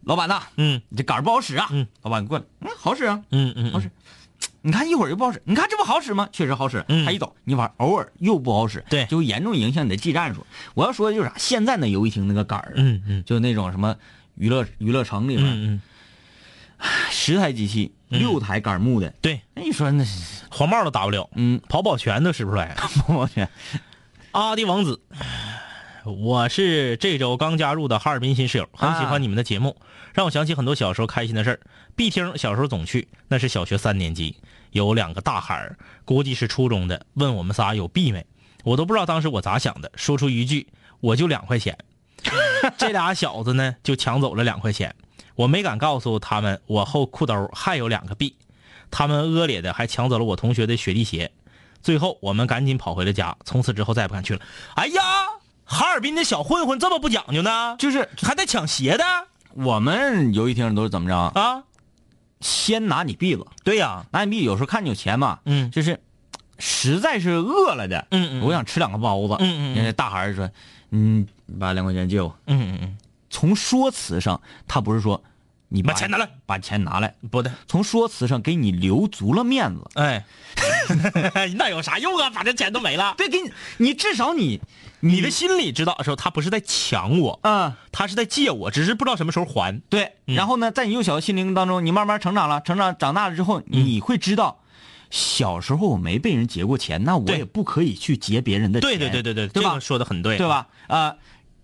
老板呐，
嗯
你这杆儿不好使啊。
嗯
老板过来，嗯，好使啊。
嗯嗯，
好使你看一会儿就不好使，你看这不好使吗？确实好使。
嗯
他一走，你玩偶尔又不好使，
对
就会严重影响你的技战术。我要说的就是啥，现在那游戏厅那个杆儿，
嗯嗯
就那种什么娱乐娱乐城里边、
嗯嗯，
十台机器，六台杆木的，
对，
那你说那是
黄帽都打不了，
嗯，
跑跑拳都使不出来。
我去，
阿迪王子，我是这周刚加入的哈尔滨新室友，很喜欢你们的节目，让我想起很多小时候开心的事儿。B 厅小时候总去，那是小学三年级，有两个大孩儿，估计是初中的，问我们仨有 B 没，我都不知道当时我咋想的，说出一句我就两块钱， 这俩小子呢就抢走了两块钱，我没敢告诉他们我后裤兜还有两个币，他们恶劣的还抢走了我同学的雪地鞋。最后我们赶紧跑回了家，从此之后再也不敢去了。哎呀，哈尔滨的小混混这么不讲究呢，
就是
还带抢鞋的
我们游戏厅都是怎么着啊？
啊？
先拿你币子，
对呀、
拿你币有时候看你有钱嘛，
嗯
就是实在是饿了的，
嗯嗯
我想吃两个包子，
嗯嗯嗯
人家大孩儿说，嗯，把两块钱借我。
嗯嗯
从说辞上，他不是说你
把钱拿来，
把钱拿来，
嗯，不对，
从说辞上给你留足了面子，
哎， 那有啥用啊？把这钱都没了。
对，给你，你至少你，你
你的心里知道的时候，他不是在抢我，
啊、
他是在借我，只是不知道什么时候还。
对，
嗯
然后呢，在你幼小的心灵当中，你慢慢成长了，成长长大了之
嗯
后，你会知道，小时候我没被人劫过钱，那我
对
也不可以去劫别人的钱，
对对对对对，
对
这
吧
个？说的很对，
对？吧？啊、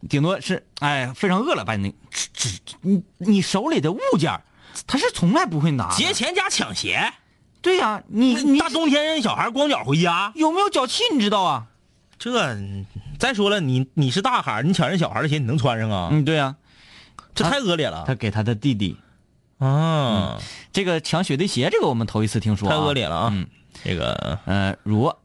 顶多是哎，非常饿了，把你那只只你你手里的物件儿，他是从来不会拿的
节钱加抢鞋，
对呀、你你
大冬天人小孩光脚回家，
有没有脚气？你知道啊？
这再说了，你你是大孩儿，你抢人小孩儿的鞋，你能穿上啊？
嗯，对呀、
这太恶劣了
他给他的弟弟
啊！
这个抢雪地鞋，这个我们头一次听说、啊，
太恶劣了啊！
嗯，
这个，
呃，若，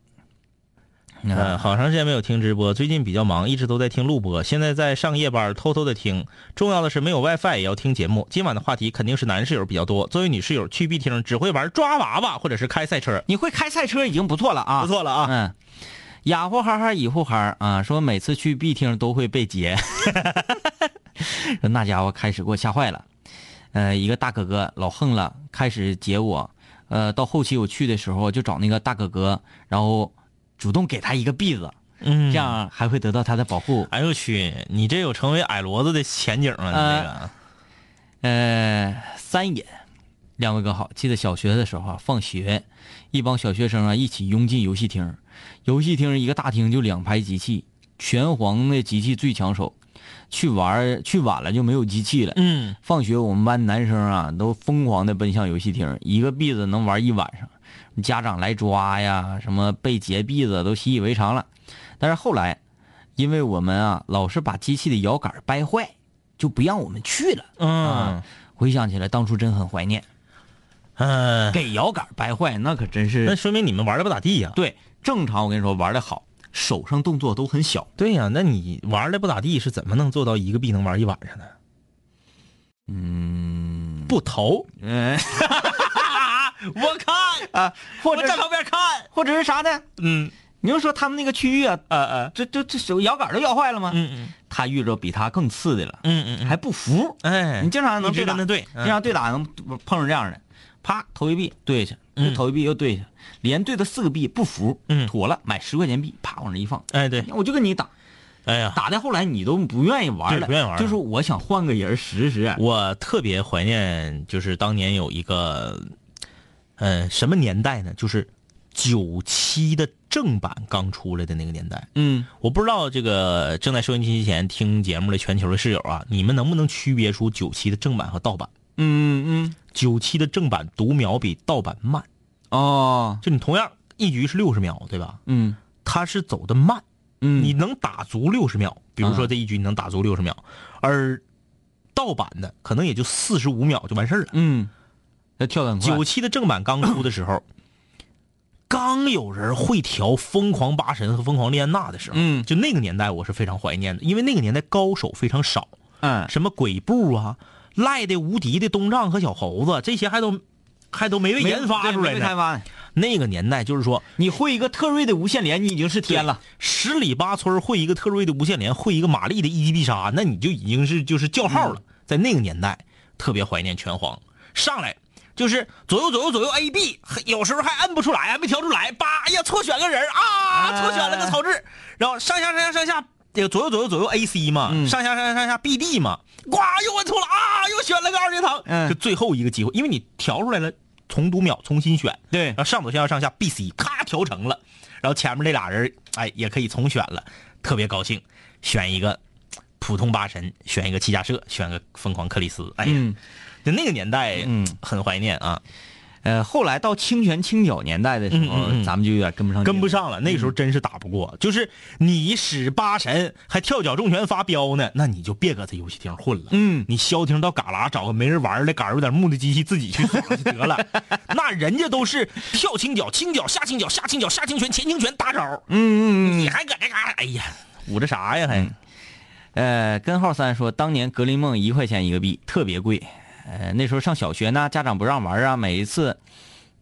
嗯、
嗯，好长时间没有听直播，最近比较忙，一直都在听录播。现在在上夜班，偷偷的听。重要的是没有 WiFi 也要听节目。今晚的话题肯定是男室友比较多，作为女室友去 B 厅只会玩抓娃娃或者是开赛车，
你会开赛车已经不错了啊，
不错了啊！
嗯，雅呼哈哈，乙呼哈儿啊，说每次 去 B 厅都会被劫，说那家伙开始给我吓坏了。呃，一个大哥哥老横了，开始截我，呃，到后期我去的时候就找那个大哥哥，然后主动给他一个篦子，
嗯
这样还会得到他的保护。
哎呦我去，你这有成为矮骡子的前景啊！你这个，
呃，三野，两位哥好。记得小学的时候啊，放学，一帮小学生啊一起拥进游戏厅，游戏厅一个大厅就两排机器，拳皇的机器最抢手，去玩儿去晚了就没有机器了。
嗯，
放学我们班男生啊都疯狂的奔向游戏厅，一个篦子能玩一晚上，家长来抓呀，什么被劫篦子都习以为常了。但是后来，因为我们啊老是把机器的摇杆掰坏，就不让我们去了。
嗯
啊，回想起来，当初真很怀念。
嗯，
给摇杆掰坏，那可真是
那说明你们玩的不咋地呀。
对正常。我跟你说，玩的好，手上动作都很小。
对呀，那你玩的不咋地，是怎么能做到一个币能玩一晚上呢？嗯，不投，
嗯，
我看啊，
或
我
者
站旁边看，
或者是啥呢？
嗯
你就说他们那个区域啊，
呃呃，
这这这手摇杆都摇坏了吗？
嗯嗯
他遇着比他更次的了，
嗯嗯，
还不服。
哎，
嗯你经常能
一直
对嗯打
跟他，对，
经常对打能碰上这样的，啪投一币对下，又
嗯
投一币又对下，连对了四个币不服，
嗯
妥了，买十块钱币，啪往那一放，
哎对，
我就跟你打，
哎呀，
打到后来你都不愿意玩
对
了，
不愿意玩了
就是我想换个人试试。
我特别怀念，就是当年有一个，嗯、什么年代呢？就是九七的正版刚出来的那个年代。
嗯，
我不知道这个正在收音机前听节目的全球的室友啊，你们能不能区别出九七的正版和盗版？
嗯嗯
九七的正版读秒比盗版慢，
哦，
就你同样一局是六十秒，对吧？
嗯
它是走的慢，
嗯，
你能打足六十秒，比如说这一局你能打足六十秒，而盗版的可能也就四十五秒就完事儿了。
嗯，要跳得很快
九，七的正版刚出的时候，刚有人会调《疯狂八神》和《疯狂莉安娜》的时候，
嗯
就那个年代我是非常怀念的，因为那个年代高手非常少，
嗯
什么鬼步啊、赖的无敌的东丈和小猴子这些还都还都没被研发出来
没开
呢。
发呢，
那个年代就是说
你会一个特瑞的无限连，你已经是天了。
十里八村会一个特瑞的无限连，会一个玛丽的一击必杀，那你就已经是就是叫号了。
嗯
在那个年代，特别怀念拳皇，上来就是左右左右左右 A B，还有时候还摁不出来，还没调出来，叭，哎呀，错选个人啊，
哎
错选了个曹志，然后上下上下上下。这个左右左右左右 A C 嘛，
嗯
上下上下上下 B D 嘛，呱又摁错了啊，又选了个二阶堂，
嗯
就最后一个机会，因为你调出来了，重读秒重新选，
对
然后上左下右上下 B、C，咔调成了，然后前面这俩人哎也可以重选了，特别高兴，选一个普通八神，选一个七家社，选个疯狂克里斯，哎呀，
嗯
就那个年代，
嗯，
很怀念啊，
呃，后来到清泉清剿年代的时候，
嗯嗯嗯
咱们就有点跟不上，
跟不。上了，那
嗯
个时候真是打不过，就是你使八神还跳脚重拳发飙呢，那你就别搁这游戏厅混了，
嗯
你消停到旮旯找个没人玩的，赶上有点木的机器自己去耍就 得了，那人家都是跳轻脚、轻脚、下轻脚、下轻脚、下轻拳、前轻拳打招。
嗯嗯嗯。
你还搁这嘎达？哎呀，捂着啥呀还？
呃，根号三说，当年格林梦一块钱一个币，特别贵。呃，那时候上小学呢，家长不让玩啊，每一次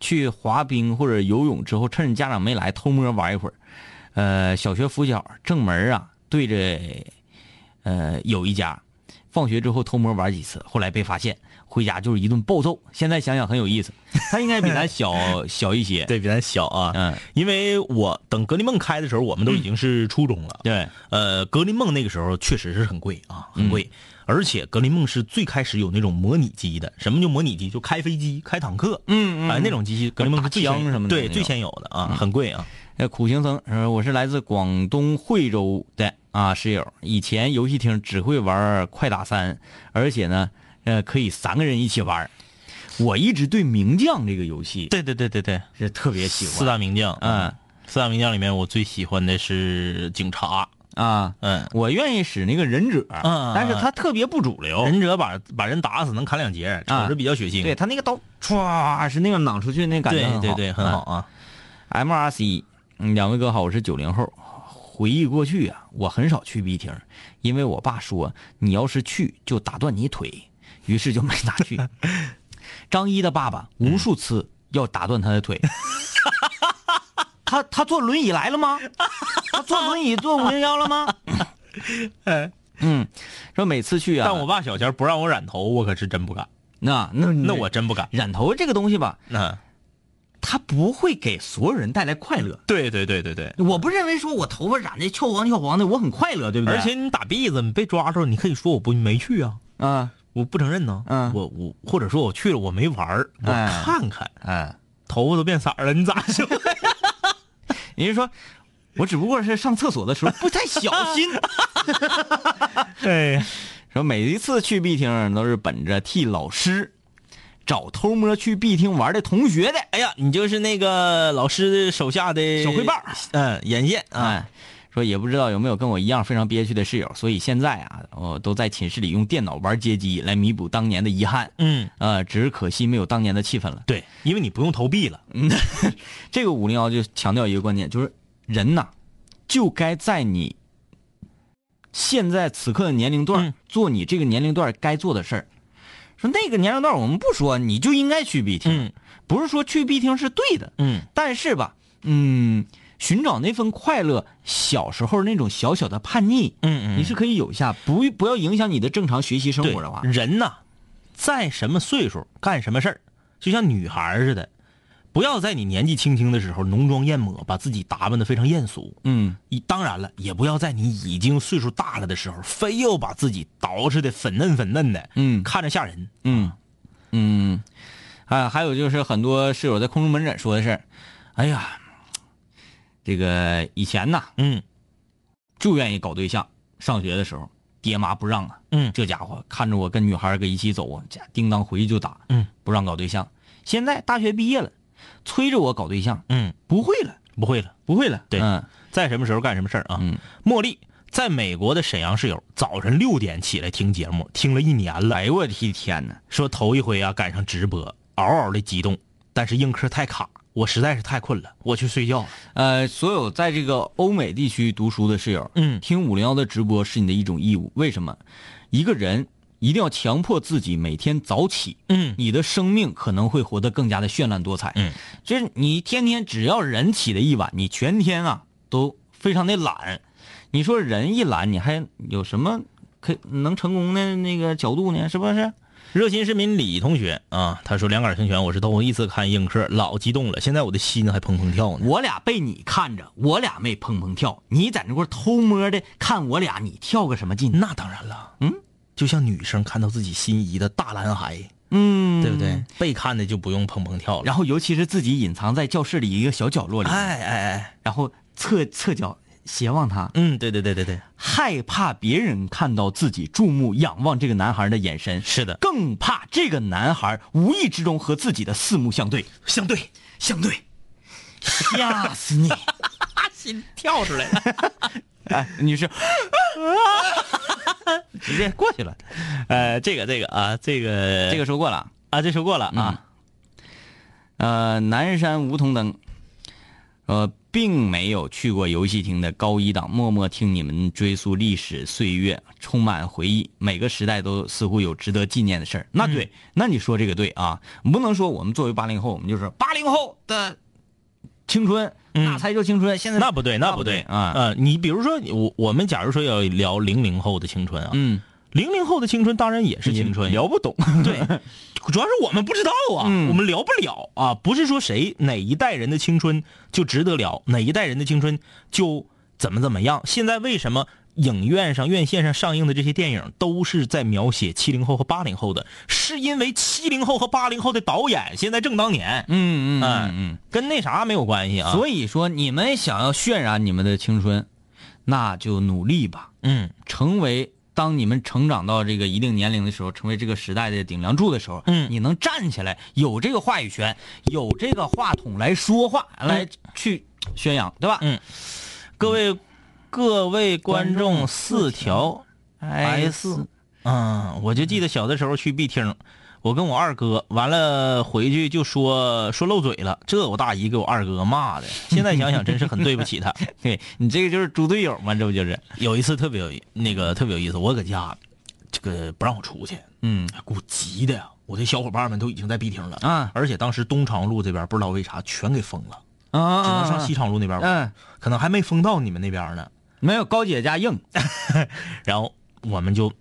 去滑冰或者游泳之后，趁着家长没来，偷摸玩一会儿。呃，小学附小正门啊，对着呃有一家，放学之后偷摸玩几次，后来被发现，回家就是一顿暴揍。现在想想很有意思，他应该比咱小小一些。
对比咱小啊，
嗯，
因为我等格林梦开的时候，我们都已经是初中了。
对，
呃，格林梦那个时候确实是很贵啊，很贵。而且格林梦是最开始有那种模拟机的，什么叫模拟机？就开飞机、开坦克，
嗯嗯
哎，那种机器格林梦是最
打
先
枪什么的
对，
那种
最先有的啊，很贵啊。
呃，苦行僧，呃，我是来自广东惠州的啊，室友。以前游戏厅只会玩快打三，而且呢，呃，可以三个人一起玩。我一直对名将这个游戏
对对对对对，
是特别喜
四
欢
大名将，
嗯，
四大名将里面我最喜欢的是警察，
啊，
嗯，
我愿意使那个忍者，
嗯
但是他特别不主流。
忍者把把人打死能砍两截，瞅着比较血腥，
对他那个刀歘是那个攮出去，那感觉
对
很
对
好
对，很好。啊。
M R C，嗯两位哥好，我是九零后。回忆过去啊，我很少去 B 厅，因为我爸说你要是去就打断你腿，于是就没咋 去。张一的爸爸无数次要打断他的 腿，他他坐轮椅来了吗？他坐轮椅坐五零幺了 吗？
哎
嗯，说每次去啊，啊
但我爸小前不让我染头，我可是真不敢。
那那
那我真不敢。
染头这个东西吧，
那、
它不会给所有人带来快乐。
对对对对对，
我不认为说我头发染的翘黄翘黄的，我很快乐，对不对？
而且你打鼻子，你被抓住，你可以说我不没去啊，
啊，
我不承认呢。
嗯
我我或者说我去了，我没玩儿，我
哎
看看，
哎，
头发都变色儿了，你 咋说？
人家说，我只不过是上厕所的时候不太小 心。
哎呀，
说每一次去 B 厅都是本着替老师找偷摸去 B 厅玩的同学的，
哎呀，你就是那个老师手下的
手绘棒儿，
嗯，眼线啊，
哎，说也不知道有没有跟我一样非常憋屈的室友，所以现在啊，我都在寝室里用电脑玩街机来弥补当年的遗憾。
嗯，
呃，只是可惜没有当年的气氛了。
对，因为你不用投币了，
这个五零幺就强调一个观点，就是人呐，就该在你现在此刻的年龄段、
嗯
做你这个年龄段该做的事儿。说那个年龄段我们不说，你就应该去 B 厅，
嗯
不是说去 B 厅是对的，
嗯，
但是吧，嗯，寻找那份快乐，小时候那种小小的叛逆，
嗯嗯
你是可以有一下，不不要影响你的正常学习生
对
活的话，
人呐，在什么岁数干什么事儿，就像女孩儿似的，不要在你年纪轻轻的时候浓妆艳抹，把自己打扮的非常艳俗。
嗯，
一当然了，也不要在你已经岁数大了的时候，非要把自己捯饬的粉嫩粉嫩的，
嗯
看着吓人。
嗯，嗯，啊，还有就是很多室友在空中门诊说的是，哎呀，这个以前呐
嗯
就愿意搞对象，上学的时候爹妈不让啊，
嗯
这家伙看着我跟女孩儿搁一起走啊，这叮当回去就打，
嗯，
不让搞对象。现在大学毕业了，催着我搞对象，
嗯，
不会了，
不会了，
不会了，
对
嗯
在什么时候干什么事儿啊？
嗯
茉莉在美国的沈阳室友，早晨六点起来听节目，听了一年了。
哎呦我的天哪，
说头一回啊赶上直播，嗷嗷的激动，但是映客太卡，我实在是太困了，我去睡觉了。
呃，所有在这个欧美地区读书的室友，
嗯
听五零幺的直播是你的一种义务。为什么？一个人一定要强迫自己每天早起，
嗯
你的生命可能会活得更加的绚烂多彩。
嗯，
就是你天天只要人起的一晚，你全天啊都非常的懒。你说人一懒，你还有什么可能成功的那个角度呢？是不是？
热心市民李同学啊，他说两杆儿清泉，我是头一次看映客，老激动了，现在我的心还砰砰跳呢。
我俩被你看着，我俩没砰砰跳，你在那块儿偷摸的看我俩，你跳个什么劲？
那当然了，嗯，就像女生看到自己心仪的大男孩，
嗯，
对不对？？被看的就不用砰砰跳了。
然后尤其是自己隐藏在教室里一个小角落里，
哎哎哎，
然后侧侧脚斜望他，
嗯，对对对对对，
害怕别人看到自己注目仰望这个男孩的眼神，
是的，
更怕这个男孩无意之中和自己的四目相对，
相对
相对，吓死 你！
跳出来了。
哎，女士， 直接过去了，
呃，这个这个啊，这个
这个说过了。
啊，这说过了啊。
啊，呃，南山梧桐灯，呃，并没有去过游戏厅的高一党，默默听你们追溯历史岁月，充满回忆。每个时代都似乎有值得纪念的事儿。那对，那你说这个对啊，不能说我们作为八零后，我们就是八零后的青春，嗯那才叫青春。现在
那不对，嗯那不对
啊，
呃，你比如说，我我们假如说要聊零零后的青春啊，
嗯，
零零后的青春当然也是青春，
聊不懂。
嗯对，主要是我们不知道啊，
嗯
我们聊不了啊，不是说谁哪一代人的青春就值得聊，哪一代人的青春就怎么怎么样。现在为什么影院上、院线上上映的这些电影都是在描写七零后和八零后的？是因为七零后和八零后的导演现在正当年，
嗯嗯哎嗯
哎
嗯。
跟那啥没有关系啊。以，
所以说，你们想要渲染你们的青春，那就努力吧。
嗯
成为当你们成长到这个一定年龄的时候，成为这个时代的顶梁柱的时候，
嗯
你能站起来，有这个话语权，有这个话筒来说话，来去宣扬，对吧？
嗯各位各位观
观
众
众四
四条
条哎
S，嗯，我就记得小的时候去 B 厅，我跟我二哥完了回去就说说漏嘴了，这我大姨给我二哥骂的，现在想想真是很对不起 他。
对你这个就是猪队友嘛，这不就是？
有一次特别有意那个特别有意思，我搁家这个不让我出去，
嗯
给我急的呀，我的小伙伴们都已经在 B 厅了
啊
而且当时东长路这边不知道为啥全给封了，
啊，
只能上西昌路那边玩，
嗯，
可能还没封到你们那边呢。
没有高姐家硬，哎
然后我们就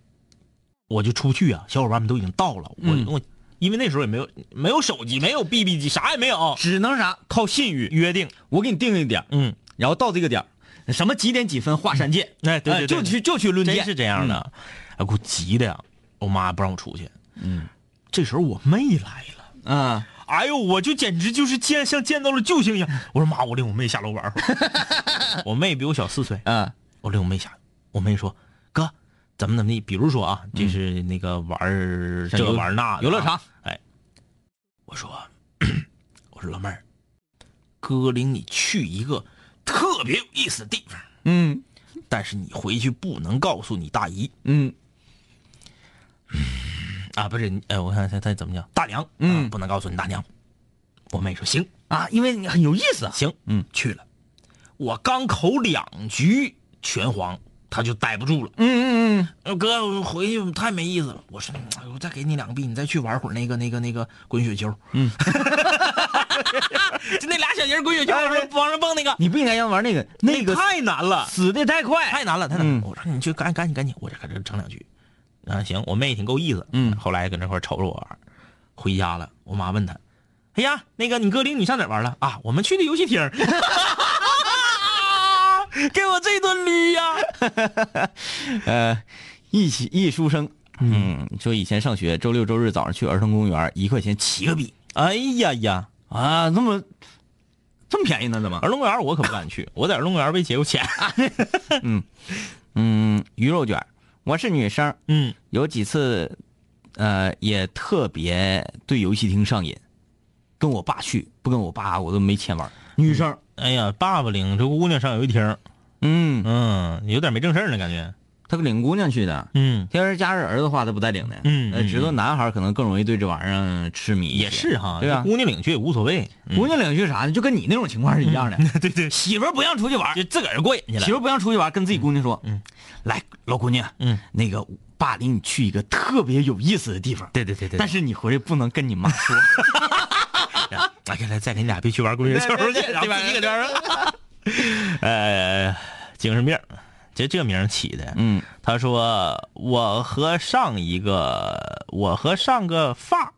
我就出去啊，小伙伴们都已经到了，我、
嗯
我因为那时候也没有没有手机，没有 BB 机，啥也没有，
只能啥靠信誉。
约定，
我给你定一点儿，
嗯，
然后到这个点儿，什么几点几分画山界，
哎对对
呃
对
就去就去论
真
剑，嗯
是这样的，哎，给我急的呀，我妈不让我出去，嗯，这时候我妹来了。
嗯啊，
哎呦，我就简直就是见像见到了救星一样。我说妈，我领我妹下楼玩会 儿。我妹比我小四岁，
嗯
哦我领我妹下。我妹说：“哥，怎么怎么地？比如说啊，就是那个玩儿这
嗯游
玩儿那的啊
游乐场。
哎，我说，我说老妹儿，哥领你去一个特别有意思的地方，
嗯
但是你回去不能告诉你大姨
嗯
啊，不是你，哎，我看他他怎么讲，大娘，
嗯
啊不能告诉你大娘。”我妹说：“行。”
啊，因为你很有意思啊，
行，嗯，去了。我刚口两局拳皇，他就待不住了。
嗯嗯嗯，
呃哥，我回去太没意思了。我说，哎我再给你两个币，你再去玩会儿那个那个那个滚雪球。嗯， 就那俩小人滚雪球往上往上蹦那个，
你不应该让玩那个那哎个
太难了，
死的太快，
太难了，太难了。
嗯
我说你去赶赶紧赶紧，我这搁这整两局。啊，行，我妹挺够意思。嗯，后来搁那块儿瞅着我玩儿，回家了，我妈问她，哎呀，那个你哥领你上哪儿玩了啊？我们去的游戏厅儿。 给我这顿捋呀、
呃，艺起艺书生，嗯，说以前上学，周六周日早上去儿童公园，一块钱七个币
哎呀呀，
啊，那么这么便宜呢？怎么？
儿童公园我可不敢去，我在儿童公园被劫过钱。
嗯，鱼肉卷，我是女生，
嗯，
有几次，呃，也特别对游戏厅上瘾，跟我爸去，不跟我爸我都没钱玩。女生，
哎呀，爸爸领这姑娘上游戏厅，
嗯，
嗯，有点没正事儿呢，感觉。
她领姑娘去的。
嗯，
要是家是儿子的话，他不带领的。
嗯
呃，
嗯
只不过男孩可能更容易对这玩意儿痴迷一些。
也是哈，
对啊
这姑娘领去也无所谓。嗯
姑娘领去啥的，就跟你那种情况是一样的。 对对，媳妇儿不让出去玩儿
就，自个儿过瘾去了
媳。妇儿不让出去玩儿，跟自己姑娘说：“
嗯，
来，老姑娘，
嗯，
那个爸领你去一个特别有意思的地方，
对对对对，
但是你回来不能跟你妈说。啊
来给来再给你俩必须玩滚雪球去，然后自己搁这儿啊。呃，精神病儿，这这名儿起的。
嗯，
他说我和上一个，我和上个发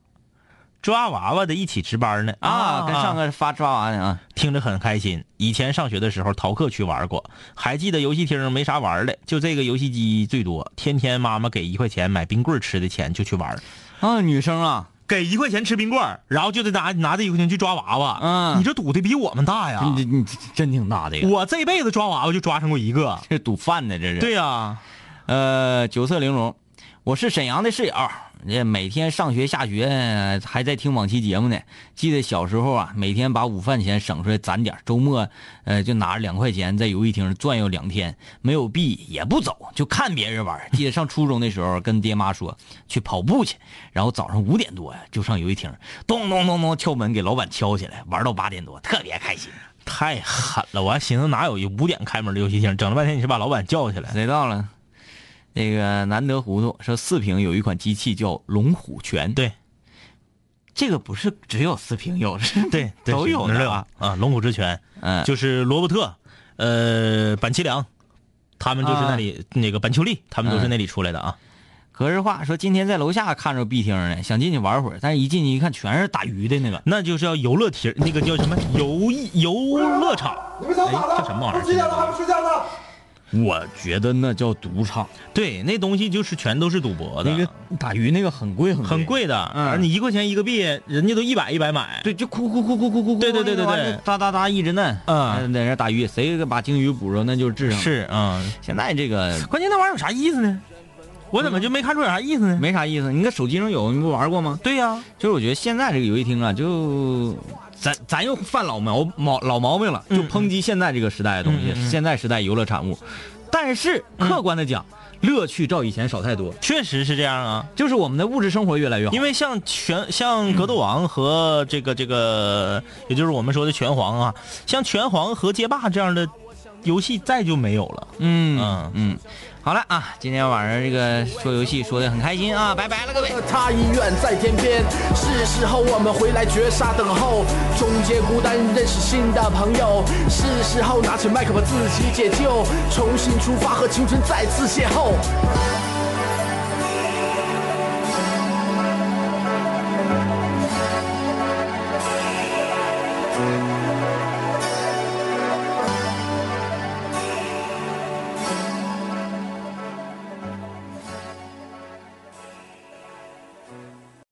抓娃娃的一起值班呢
啊，跟上个发抓娃呢啊，
听着很开心。以前上学的时候逃课去玩过，还记得游戏厅没啥玩的，就这个游戏机最多，天天妈妈给一块钱买冰棍儿吃的钱就去玩儿。
啊，女生啊，
给一块钱吃冰棍儿，然后就得拿拿这一块钱去抓娃娃。
嗯
你这赌的比我们大呀！
你这你这真挺大的呀，
我这辈子抓娃娃就抓上过一个。
这赌贩呢，这是。
对呀、
呃，九色玲珑，我是沈阳的室友，这每天上学下学呃还在听往期节目呢。记得小时候啊，每天把午饭钱省出来攒点儿，周末呃就拿着两块钱在游戏厅转悠两天，没有币也不走，就看别人玩儿。记得上初中的时候跟爹妈说去跑步去，然后早上五点多呀就上游戏厅，咚咚咚咚敲门给老板敲起来，玩到八点多，特别开心。
太狠了！我还寻思哪有一五点开门的游戏厅，整了半天你是把老板叫起来。
谁到了？那个难得糊涂说，四平有一款机器叫龙虎拳。
对，
这个不是只有四平有，是
对，对
都有
是
的
有
啊
啊！龙虎之拳，
嗯
就是罗伯特，呃，板崎良，他们就是那里、那个板丘利，他们都是那里出来的啊。
可是话说，今天在楼下看着壁厅呢，想进去玩会儿，但是一进去一看，全是打鱼的那个。
那就是要游乐厅，那个叫什么游艺游乐场，哎，叫什么玩意儿？
睡觉呢？
我觉得那叫赌场，
对，那东西就是全都是赌博的，
那个打鱼那个很贵很贵
很。贵的，
嗯
而你一块钱一个币，人家都一百一百买。
对，就哭哭哭哭哭哭哭，
对对对对对
完了哒哒哒一直嫩，哎
嗯
在那打鱼，谁把鲸鱼捕着那就是智商。，
是啊、嗯
现在这个
关键那玩意儿有啥意思呢？我怎么就没看出有啥意思呢？
没啥意思，你看手机上有，你不玩过吗？
对呀、
就是我觉得现在这个游戏厅啊，就咱咱又犯老毛毛老毛病了，
嗯
就抨击现在这个时代的东西，现在时代游乐产物。但是客观的讲，
嗯
乐趣照以前少太多，
确实是这样啊。
就是我们的物质生活越来越好。
因
为
为像拳像格斗王和这个这个，也就是我们说的拳皇啊，像拳皇和街霸这样的游戏再就没有了。
嗯
嗯
嗯，好了啊，今天晚上这个说游戏说的很开心啊，拜拜了各位。
差已远在天边，是时候我们回来绝杀等候，终结孤单，认识新的朋友。是时候拿起麦克把自己解救，重新出发和青春再次邂逅。